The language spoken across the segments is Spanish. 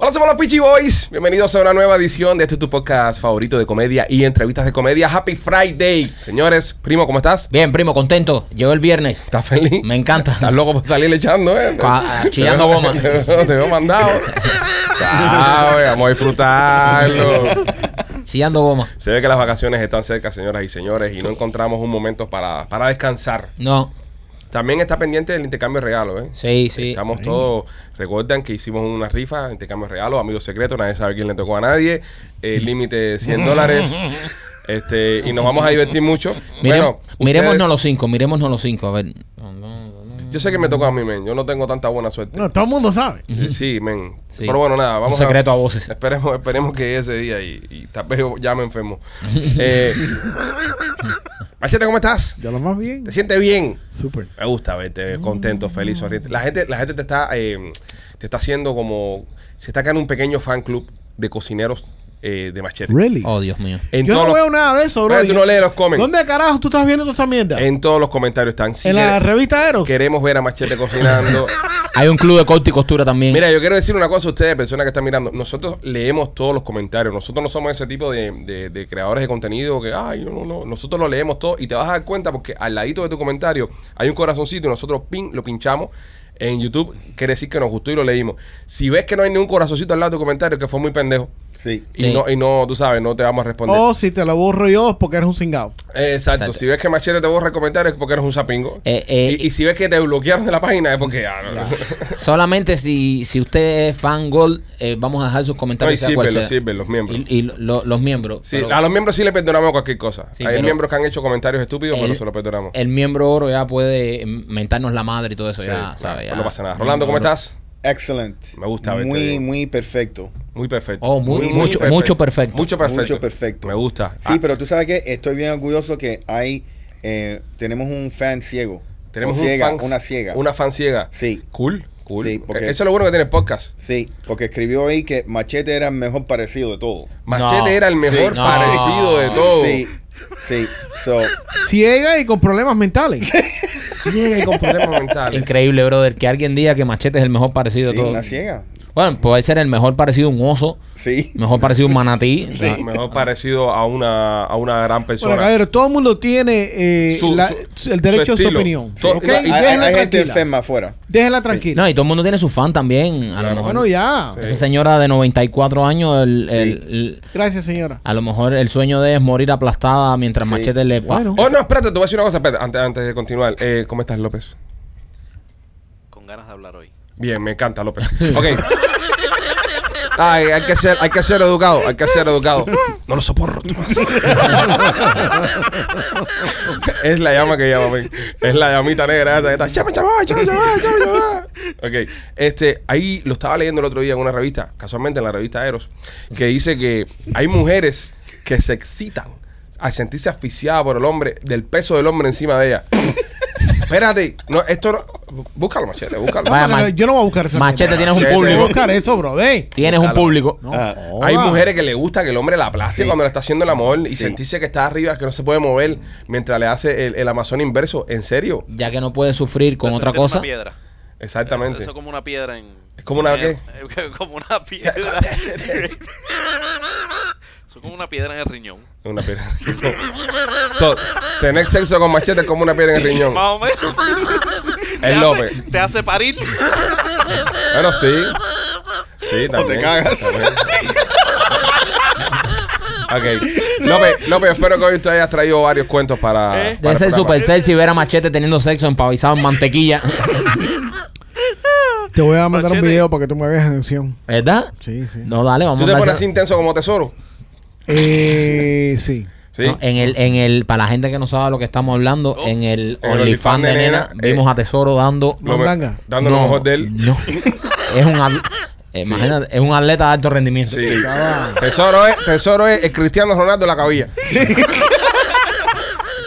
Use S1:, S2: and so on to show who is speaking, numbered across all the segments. S1: Hola, somos los Peachy Boys. Bienvenidos a una nueva edición de este tu podcast favorito de comedia y entrevistas de comedia. Happy Friday. Señores, primo, ¿cómo estás?
S2: Bien, primo, contento. Llegó el viernes.
S1: ¿Estás feliz?
S2: Me encanta.
S1: Estás loco por salir echando, ¿eh?
S2: Ah, chillando
S1: Te veo-
S2: goma.
S1: Te veo, te veo mandado. Sabes, Vamos a disfrutarlo.
S2: Chillando goma.
S1: Se ve que las vacaciones están cerca, señoras y señores, y no encontramos un momento para, para descansar.
S2: No.
S1: También está pendiente el intercambio de regalos, ¿eh?
S2: Sí, sí.
S1: Estamos todos, recuerdan que hicimos una rifa, intercambio de regalos, amigos secretos, nadie sabe quién le tocó a nadie, el límite de 100 dólares, este, y nos vamos a divertir mucho.
S2: Mire-
S1: Bueno,
S2: miremonos
S1: ustedes-
S2: los cinco, miremonos los cinco. A ver.
S1: Yo sé que me tocó a mí, men, yo no tengo tanta buena suerte.
S3: No, todo el mundo sabe.
S1: Eh, Sí, men.
S2: Sí.
S1: Pero bueno, nada, vamos
S2: Un secreto a voces.
S1: Esperemos, esperemos que llegue ese día y, y tal vez yo ya me enfermo. eh, Machete, ¿cómo estás?
S3: Yo lo más bien.
S1: ¿Te sientes bien?
S3: Súper.
S1: Me gusta verte contento,
S3: Mm.
S1: feliz, sonriente. La gente, la gente te está, eh, te está haciendo como, se está creando un pequeño fan club de cocineros eh, de machete.
S3: Really?
S2: Oh, Dios mío.
S1: En
S3: yo no
S1: todos los-
S3: veo nada de eso, bro.
S1: Pero tú no lees los comments.
S3: ¿Dónde carajo tú estás viendo toda esta mierda? En,
S1: En todos los comentarios están. Si quere-
S3: la revista Eros.
S1: queremos ver a Machete cocinando.
S2: Hay un club de corte y costura también.
S1: Mira, yo quiero decir una cosa a ustedes, personas que están mirando. Nosotros leemos todos los comentarios. Nosotros no somos ese tipo de, de- de creadores de contenido que, ay, no, no, no. Nosotros lo leemos todo y te vas a dar cuenta porque al ladito de tu comentario hay un corazoncito y nosotros pin, lo pinchamos en YouTube. Quiere decir que nos gustó y lo leímos. Si ves que no hay ningún corazoncito al lado de tu comentario, que fue muy pendejo.
S4: Sí.
S2: Sí.
S1: Y, no, y no, tú sabes, no te vamos a responder.
S3: O Oh, si te la borro yo es porque eres un cingado.
S1: Eh, Exacto.
S2: Exacto.
S1: Si ves que Machete te borra comentarios es porque eres un sapingo.
S2: Eh, eh,
S1: y, y si ves que te bloquearon de la página es porque... ah, no, no.
S2: Solamente si, si usted es fan gold, eh, vamos a dejar sus
S1: No, y
S2: comentarios. sea cual
S1: sirven,
S2: sea.
S1: sirven los miembros.
S2: Y, y lo- los miembros.
S1: Sí,
S2: pero
S1: a los miembros sí le perdonamos cualquier cosa.
S2: Sí,
S1: Hay
S2: pero-
S1: miembros que han hecho comentarios estúpidos, pero
S2: El-
S1: se los perdonamos.
S2: el miembro oro ya puede em, mentarnos la madre y todo eso.
S1: Sí,
S2: ya,
S1: claro,
S2: sabe,
S1: pues
S2: ya.
S1: no pasa nada. Rolando, ¿cómo estás?
S4: Excelente.
S1: Me gusta verte
S4: Muy,
S1: bien.
S4: muy perfecto.
S1: Muy perfecto.
S2: Oh, muy- mucho- mucho perfecto.
S1: Mucho perfecto.
S4: Mucho perfecto.
S1: Me gusta.
S4: Sí,
S1: Ah,
S4: pero tú sabes que estoy bien orgulloso que hay, eh, tenemos un fan ciego.
S1: tenemos
S4: O
S1: un
S4: ciega,
S1: fan-
S4: una ciega.
S1: Una fan ciega.
S4: Sí.
S1: Cool, cool.
S4: Sí, porque-
S1: Eh, Eso es lo bueno que tiene el podcast.
S4: Sí, porque escribió ahí que Machete era el mejor parecido de todo.
S1: Machete
S2: No.
S1: era el mejor
S4: Sí.
S2: No.
S1: parecido de todo.
S4: Sí, sí. So,
S3: Ciega y con problemas mentales.
S1: Ciega y con problemas mentales.
S2: Increíble, brother. Que alguien diga que Machete es el mejor parecido
S4: sí,
S2: de
S4: una
S2: todos.
S4: ciega.
S2: Bueno, puede ser el mejor parecido a un oso,
S4: Sí.
S2: mejor parecido a un manatí. o sea,
S1: Sí, Ah, mejor parecido a una, a una gran
S3: Bueno,
S1: persona.
S3: caballero, todo el mundo tiene eh,
S1: Su-
S3: la-
S1: su-
S3: el derecho
S1: su
S3: a su
S1: estilo.
S3: opinión.
S1: Sí,
S3: ¿ok?
S1: la-
S3: Y
S4: Hay, hay-
S3: déjela
S4: hay gente
S3: tranquila.
S4: enferma afuera.
S3: Déjela tranquila.
S2: No, y todo el mundo tiene su fan también. A lo mejor.
S3: Bueno, ya.
S1: eh.
S2: Esa señora de 94 años, el- el- el-
S3: Gracias, señora.
S2: a lo mejor el sueño de es morir aplastada mientras
S4: Sí.
S2: Machete le pa-
S3: Bueno.
S1: Oh, no, espérate, te voy a decir una cosa, espérate, antes, antes de continuar. Eh, ¿Cómo estás, López?
S5: con ganas de hablar hoy.
S1: Bien, me encanta López. Ok. Ay, hay que ser, hay que ser educado, hay que ser educado. No lo soporto más. es la llama que llama, men. es la llamita negra esa que está. Chama, chama, chama, chama, chama, chama. Ok, este, ahí lo estaba leyendo el otro día en una revista, casualmente en la revista Eros, que dice que hay mujeres que se excitan al sentirse asfixiadas por el hombre, del peso del hombre encima de ella. Espérate, no, esto no. Búscalo, machete, búscalo.
S2: Vaya,
S3: No, no,
S2: ma-
S3: yo no voy a buscar esa
S2: Machete, tienes
S3: mierda.
S1: Ah,
S2: un
S1: Machete.
S3: Yo no voy a
S2: público.
S3: buscar eso, bro. Ve.
S2: Tienes un público.
S4: Ah,
S1: Hay mujeres que le gusta que el hombre la aplaste
S4: Sí.
S1: cuando le está haciendo el amor y
S4: Sí.
S1: sentirse que está arriba, que no se puede mover mientras le hace el, el Amazon inverso. ¿En serio?
S2: Ya que no puede sufrir con
S5: Pero
S1: Pues
S2: otra
S5: sentir una
S2: cosa.
S5: piedra.
S1: Exactamente.
S5: Eso es como una piedra en.
S1: ¿Es como una
S5: en- como una piedra. Eso es como una piedra en el riñón.
S1: Una piedra. so, tener sexo con machete es como una piedra en el riñón.
S5: Más o menos. Te
S1: El
S5: hace-
S1: López.
S5: Te hace parir.
S1: Bueno, sí. Sí, también.
S4: O te cagas.
S1: También. ok. López, López, espero que hoy tú hayas traído varios cuentos para.
S5: ¿Eh?
S1: para
S2: Debe
S1: el
S2: ser
S1: programa.
S2: super sexy ver a Machete teniendo sexo empavizado en mantequilla.
S3: Te voy a mandar un
S5: Machete.
S3: video para que tú me veas atención.
S2: ¿Verdad?
S3: Sí, sí.
S2: No, dale, vamos
S1: ¿Tú te
S2: a
S1: pones
S2: dar
S1: así intenso como tesoro?
S3: Eh, sí.
S1: Sí.
S2: No, en el, en el, para la gente que no sabe lo que estamos hablando,
S5: Oh.
S2: en el
S1: En el
S2: OnlyFans de nena,
S1: eh,
S2: vimos a Tesoro dando.
S1: Lo me-
S3: Mandanga.
S1: dando lo mejor de él.
S2: No. Es un, al- eh, imagínate, es un atleta de alto rendimiento.
S1: Sí. Tesoro es, tesoro es el Cristiano Ronaldo de la cabilla.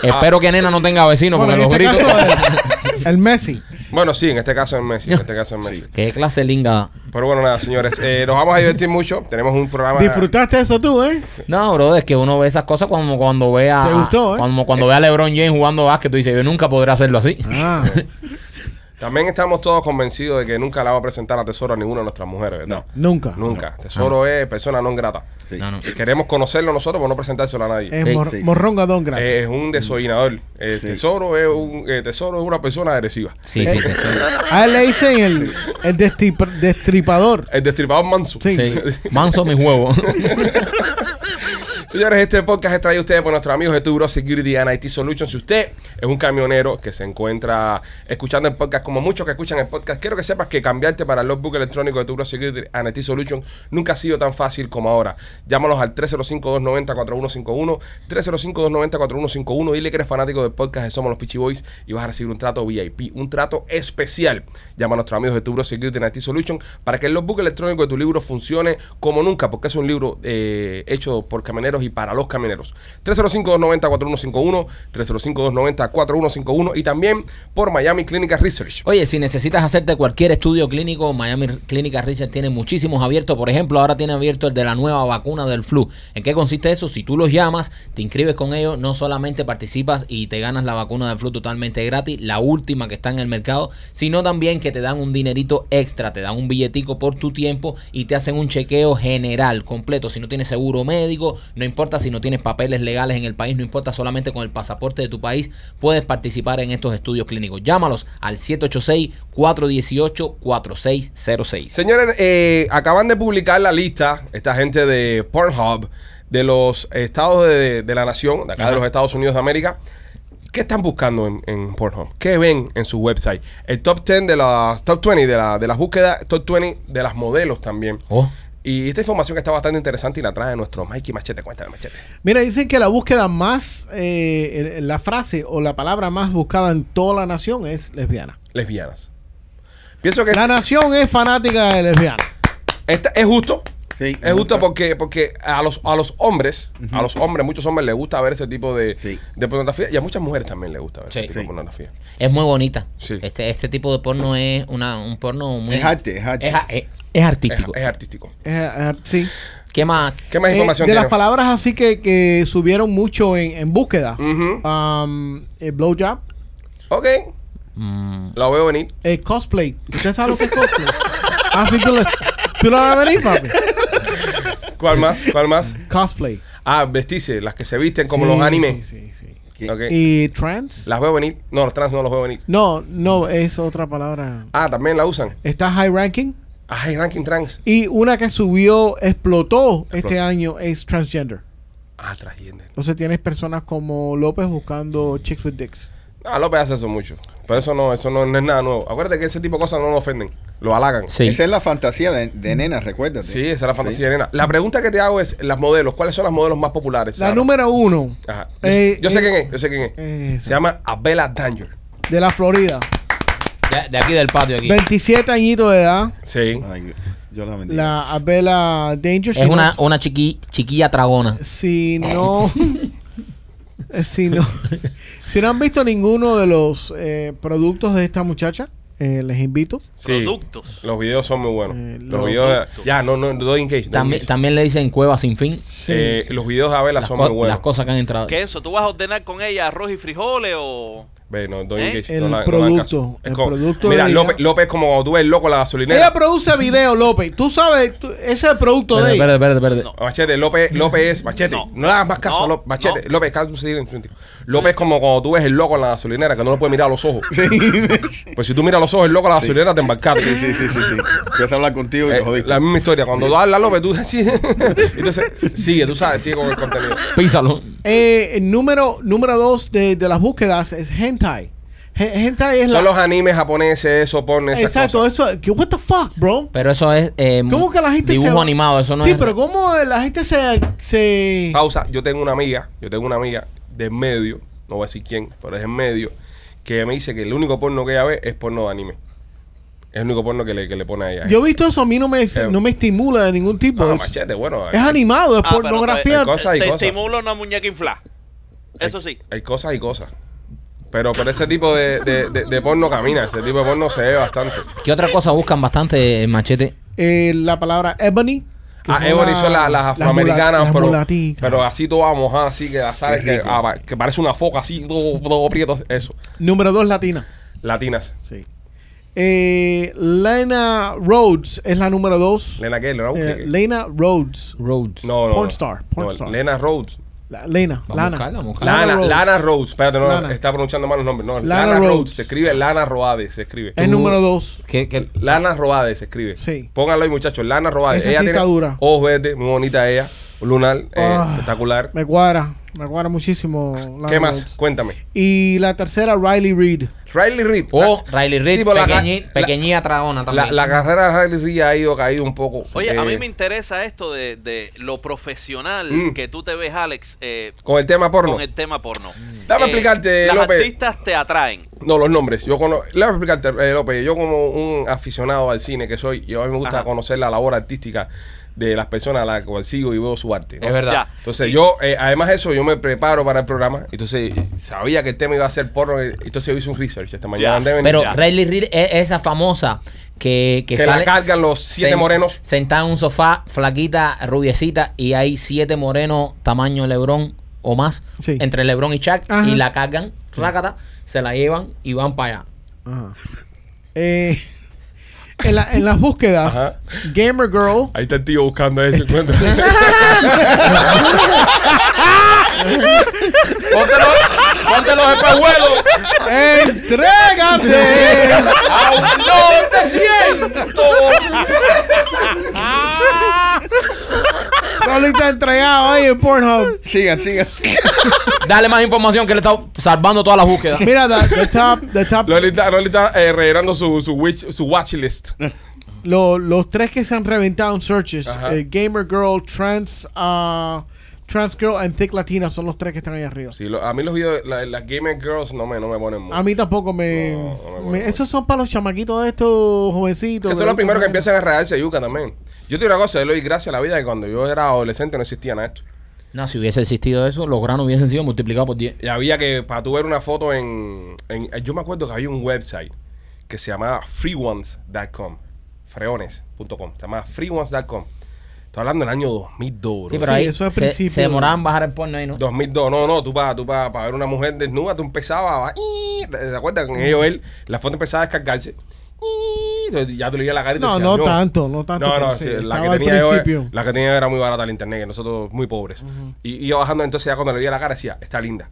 S2: Espero que nena no tenga vecinos
S1: Ah.
S3: Bueno,
S2: porque
S3: en
S2: los
S3: este
S2: gritos.
S3: caso, el, el Messi.
S1: Bueno, sí, en este caso es Messi. En este caso es Messi.
S2: ¿Qué clase linga?
S1: Pero bueno, nada, señores. eh, nos vamos a divertir mucho. Tenemos un programa.
S3: Disfrutaste eso tú, ¿eh?
S2: No, bro, es que uno ve esas cosas como cuando ve a.
S3: Te gustó, ¿eh?
S2: Como cuando ve a LeBron James jugando básquet, tú dices, yo nunca podré hacerlo así.
S3: Ah,
S1: También estamos todos convencidos de que nunca la va a presentar a Tesoro a ninguna de nuestras mujeres, ¿verdad?
S3: nunca.
S1: Nunca. Tesoro es persona no grata.
S4: Sí.
S2: No, no.
S1: Queremos conocerlo nosotros, pero no presentárselo a nadie.
S3: Es
S2: Sí,
S3: mor-
S4: sí.
S3: morronga don gran.
S1: Eh, es un desollinador. Eh,
S4: Sí.
S1: tesoro, es un, eh, tesoro es una persona agresiva.
S2: Sí, sí, te suena.
S3: A él le dicen el, el destip- destripador.
S1: El destripador manso.
S3: Sí.
S2: Sí. Manso mi juego.
S1: Señores, este podcast es traído a ustedes por nuestros amigos de Turo Security and IT Solutions. Si usted es un camionero que se encuentra escuchando el podcast, como muchos que escuchan el podcast, quiero que sepas que cambiarte para el logbook electrónico de Turo Security and IT Solutions nunca ha sido tan fácil como ahora. Llámalos al 305-290-4151, 305-290-4151. Dile que eres fanático del podcast de Somos los Pitchy Boys y vas a recibir un trato VIP, un trato especial. Llama a nuestros amigos de Turo Security and IT Solutions para que el logbook electrónico de tu libro funcione como nunca, porque es un libro eh, hecho por camioneros y para los camioneros. 305-290-4151, 305-290-4151 y también por Miami Clinical Research.
S2: Oye, si necesitas hacerte cualquier estudio clínico, Miami Clínica Research tiene muchísimos abiertos. Por ejemplo, ahora tiene abierto el de la nueva vacuna del flu. ¿En qué consiste eso? Si tú los llamas, te inscribes con ellos, no solamente participas y te ganas la vacuna del flu totalmente gratis, la última que está en el mercado, sino también que te dan un dinerito extra, te dan un billetico por tu tiempo y te hacen un chequeo general, completo. Si no tienes seguro médico, no importa si no tienes papeles legales en el país, no importa, solamente con el pasaporte de tu país puedes participar en estos estudios clínicos. Llámalos al 786-418-4606.
S1: Señores, eh, acaban de publicar la lista, esta gente de Pornhub, de los estados de, de la nación, de acá de
S2: Ajá.
S1: los Estados Unidos de América. ¿Qué están buscando en, en Pornhub? ¿Qué ven en su website? El top 10 de las, top 20 de, la- de las búsquedas, top 20 de las modelos también.
S2: Oh,
S1: Y esta información está bastante interesante y la trae nuestro Mikey Machete. Cuéntame, Machete.
S3: Mira, dicen que la búsqueda más, eh, el- la frase o la palabra más buscada en toda la nación es lesbiana.
S1: Lesbianas. Pienso que
S3: La nación es fanática de lesbiana.
S1: esta- es justo.
S4: Sí,
S1: Es justo
S4: nunca.
S1: porque, porque a, los, a los hombres, a los hombres, muchos hombres les gusta ver ese tipo de,
S4: Sí.
S1: de pornografía y a muchas mujeres también les gusta ver ese
S2: Sí.
S1: tipo de
S4: Sí.
S1: pornografía.
S2: es muy bonita.
S1: Sí.
S2: Este, este tipo de porno es una, un porno muy...
S4: Es arte, es arte.
S2: Es, a- es- es
S1: Es,
S2: artístico.
S1: es artístico.
S3: Eh, eh, sí.
S2: ¿Qué más?
S1: ¿Qué más
S3: Eh,
S1: información
S3: de
S1: tiene?
S3: las palabras así que, que subieron mucho en, en búsqueda.
S1: Ujú.
S3: Um, eh, blowjob.
S1: Ok,
S2: Mm,
S1: la veo venir.
S3: eh, cosplay. ¿Usted sabe lo que es cosplay? ah, sí, tú, lo- tú lo vas a venir, papi.
S1: ¿Cuál más? ¿Cuál más?
S3: Cosplay.
S1: Ah, vestirse, las que se visten como
S3: Sí,
S1: los animes.
S3: Sí, sí, sí.
S4: sí.
S1: Ok.
S3: ¿Y trans?
S1: Las veo venir. No, los trans no los veo venir.
S3: No, no, es otra palabra.
S1: Ah, también la usan.
S3: Está high ranking.
S1: Ay, ranking trans.
S3: Y una que subió, explotó este año es transgender.
S1: Ah, transgender.
S3: Entonces tienes personas como López buscando chicks with dicks.
S1: No, Ah, López hace eso mucho. Pero eso no, eso no, no es nada nuevo. Acuérdate que ese tipo de cosas no lo ofenden, lo halagan. Sí,
S2: sí.
S4: Esa es la fantasía de, de nena, recuérdate.
S1: esa es la fantasía de nena. La pregunta que te hago es, las modelos, ¿cuáles son las modelos más populares?
S3: La
S1: Sara?
S3: número uno
S1: Ajá. Yo,
S3: Eh,
S1: yo sé
S3: eh,
S1: quién es, yo sé quién es.
S3: eh,
S1: Ah. Se llama Abela Danger.
S3: de la Florida.
S2: De, de aquí del patio. aquí.
S3: 27 añitos de edad.
S1: Sí.
S2: Ah,
S4: Ay, yo la bendigo.
S3: La Abela Danger.
S2: Es una, una chiqui- chiquilla tragona.
S3: Si no. eh, si no. Si no han visto ninguno de los eh, productos de esta muchacha, eh, les invito.
S1: sí.
S5: Productos.
S1: Los videos son muy buenos.
S3: Eh,
S1: los
S3: los
S1: videos de-
S5: productos.
S1: Ya, no, no, no doy engage. doy
S2: También,
S1: engage.
S2: también le dicen cueva sin fin.
S1: Eh, los videos de Abela
S2: Las,
S1: son
S2: co-
S1: muy buenos.
S2: las cosas que han entrado.
S5: ¿Qué es eso? ¿Tú vas a ordenar con ella arroz y frijoles o...?
S1: Ve, no, doy
S5: ¿Eh?
S1: engage,
S3: El
S1: no la- no dan
S3: producto,
S1: caso. Es
S3: el
S1: como-
S3: producto
S1: Mira,
S3: de
S1: López,
S3: ella.
S1: López es como cuando tú ves loco la
S3: Ella
S1: gasolinera.
S3: produce video, López. Tú sabes, tú- ese es el producto
S2: Verde,
S3: de ella.
S2: verde, verde, verde.
S5: No.
S1: Machete, López, López es, Machete, no,
S5: No.
S1: le hagas más caso a
S5: No,
S1: López, Machete,
S5: no.
S1: López, cállate un segundo, un segundo. López es como cuando tú ves el loco en la gasolinera, que no lo puedes mirar a los ojos. Pues si tú miras a los ojos el loco en la gasolinera, te embarcaste.
S4: Sí, sí, sí, sí, sí. Empiezo a hablar contigo y
S1: Eh,
S4: te jodiste.
S1: la misma historia, cuando tú hablas López, tú sí. Entonces, sigue, tú sabes, sigue con el contenido.
S2: Písalo.
S3: Eh, el número, número dos de, de las búsquedas es hentai. He- hentai es
S1: Son
S3: la.
S1: los animes japoneses, eso, porno, esas
S3: exacto,
S1: cosas.
S3: eso. Que, what the fuck, bro?
S2: Pero eso es eh,
S3: ¿Cómo que la gente
S2: dibujo
S3: se-
S2: animado, eso no
S3: sí,
S2: es.
S3: pero ¿cómo la gente se. se...
S1: Pausa, yo tengo una amiga, yo tengo una amiga de medio, no voy a decir quién, pero es en medio, que me dice que el único porno que ella ve es porno de anime. Es el único porno que le, que le pone a ella.
S3: Yo he visto eso, a mí no me,
S1: Eh,
S3: no me estimula de ningún tipo.
S1: No,
S3: es,
S1: machete, bueno.
S3: es
S1: hay,
S3: animado, es
S5: Ah, pero
S3: pornografía.
S1: Hay cosas y
S5: te
S1: cosas.
S5: estimula una muñeca inflada. Eso sí.
S1: hay cosas y cosas. Pero, pero ese tipo de, de, de- de porno camina, ese tipo de porno se ve bastante.
S2: ¿Qué otra cosa buscan bastante en machete?
S3: Eh, la palabra ebony. que
S1: Ah, Ebony son la- las
S3: mula-
S1: afroamericanas,
S3: las
S1: pero,
S3: mulaticas.
S1: pero así toda mojada, así que la sabes que, ah, pa- que parece una foca así, todo, todo prieto, eso.
S3: Número dos, latina.
S1: Latinas.
S3: Sí. Eh, Lena Rhodes es la número dos.
S1: Lena ¿qué? Lena,
S3: Eh,
S1: ¿qué?
S3: Lena Rhodes.
S2: Rhodes.
S1: no, no, no.
S3: Pornstar, pornstar.
S1: No, Lena Rhodes.
S3: La- Lena.
S2: Vamos a
S3: Lana.
S2: buscarla, vamos a buscarla.
S1: Lana,
S3: Rhodes.
S1: Lana Rhodes. Espérate, no,
S3: Lana.
S1: está pronunciando mal los nombres. No, Lana,
S3: Lana
S1: Rhodes.
S3: Rhodes.
S1: Se escribe Lana Roades, se escribe.
S3: Es número dos.
S2: ¿Qué, qué-
S1: Lana Roades se escribe.
S3: Sí.
S1: Pónganlo ahí, muchachos. Lana Roades.
S3: Esa sí está dura.
S1: ojos verdes, muy bonita ella. Lunar, eh,
S3: Ah.
S1: espectacular.
S3: Me cuadra. Me cuadra muchísimo. Lana
S1: ¿Qué más?
S3: Rhodes.
S1: Cuéntame.
S3: Y la tercera, Riley Reed.
S1: Riley Reed.
S2: Oh,
S1: La-
S2: Riley Reed,
S1: Sí, pero la-
S2: pequeñi-
S1: la-
S2: pequeñilla tragona
S1: La,
S2: también.
S1: la carrera de Riley Reed ha ido caído un poco.
S5: Oye, a
S1: eh,
S5: mí me interesa esto de, de lo profesional
S1: Mm.
S5: que tú te ves, Alex, eh,
S1: Con el tema porno.
S5: con el tema porno. Eh,
S1: Dame a explicarte,
S5: Las
S1: López.
S5: artistas te atraen.
S1: No, los nombres. Yo cono... Le voy a explicar, eh, López. Yo como un aficionado al cine que soy, yo a mí me gusta
S5: Ajá.
S1: conocer la labor artística de las personas a las cuales sigo y veo su arte. ¿no?
S2: Es verdad.
S5: Ya.
S1: Entonces
S5: Y-
S1: yo, eh, además de eso, yo me preparo para el programa. Entonces sabía que el tema iba a ser porno. eh, Entonces yo hice un research esta mañana.
S5: Ya.
S1: antes de venir.
S2: Pero
S1: Ya.
S2: Riley Reed es esa famosa que, que
S1: Que la cargan los siete
S2: sen-
S1: morenos.
S2: Sentada en un sofá, flaquita, rubiecita, y hay siete morenos tamaño Lebrón o más,
S3: Sí.
S2: entre Lebrón y Chuck,
S3: Ajá.
S2: y la cargan, rácata, se la llevan y van para allá.
S3: Ajá. Eh, en, la- en las búsquedas,
S1: Ajá.
S3: Gamer Girl.
S1: Ahí está el tío buscando ese encuentro.
S2: ¡Ponte los, ponte los espejuelos!
S3: ¡Entrégate!
S2: ¡Aún no te siento!
S3: Rolly está entregado ahí en Pornhub.
S4: Sigan, sigan.
S2: Dale más información que le está salvando todas las búsquedas.
S3: Mira, the, the top, the top
S1: Lolita, Lolita eh, rellenando su, su, wish- su watch list.
S3: lo- los tres que se han reventado en searches:
S1: Ajá.
S3: eh, Gamer Girl, Trans, ah, Trans Girl and Thick Latina son los tres que están ahí arriba.
S1: Sí, lo- a mí los videos, la- las Gamer Girls no me, no me ponen mucho.
S3: A mí tampoco me,
S1: No, no me
S3: me-
S1: acuerdo.
S3: Esos son para los chamaquitos estos jovencitos.
S1: Que son
S3: de
S1: los primeros que
S3: otros
S1: empiezan a regarse yuca también. Yo te digo una cosa, yo le doy gracias a la vida que cuando yo era adolescente no existía nada de esto.
S2: No, si hubiese existido eso, los granos hubiesen sido multiplicados por 10.
S1: Y había que, para tú ver una foto en, en- Yo me acuerdo que había un website que se llamaba freeones.com. Freones.com. Se llamaba freeones.com. Estoy hablando del año 2002.
S2: Sí,
S1: bro.
S2: pero
S3: Sí,
S2: ahí
S3: eso es
S2: se,
S3: principio.
S2: se demoraban en bajar el porno ahí, ¿no?
S1: 2002, no, no, tú para tú pa, pa ver una mujer desnuda, tú empezabas a... ¿Te acuerdas? Con ello él, la foto empezaba a descargarse. Y Ya tú le veías la cara y tú
S3: No,
S1: decías,
S3: no tanto, no tanto,
S1: No, no,
S3: pero sí,
S1: sí, la,
S3: estaba
S1: que
S3: al
S1: tenía yo,
S3: principio.
S1: la que tenía yo era muy barata el internet, que nosotros muy pobres. Y iba bajando, entonces ya cuando le veía la cara decía, está linda.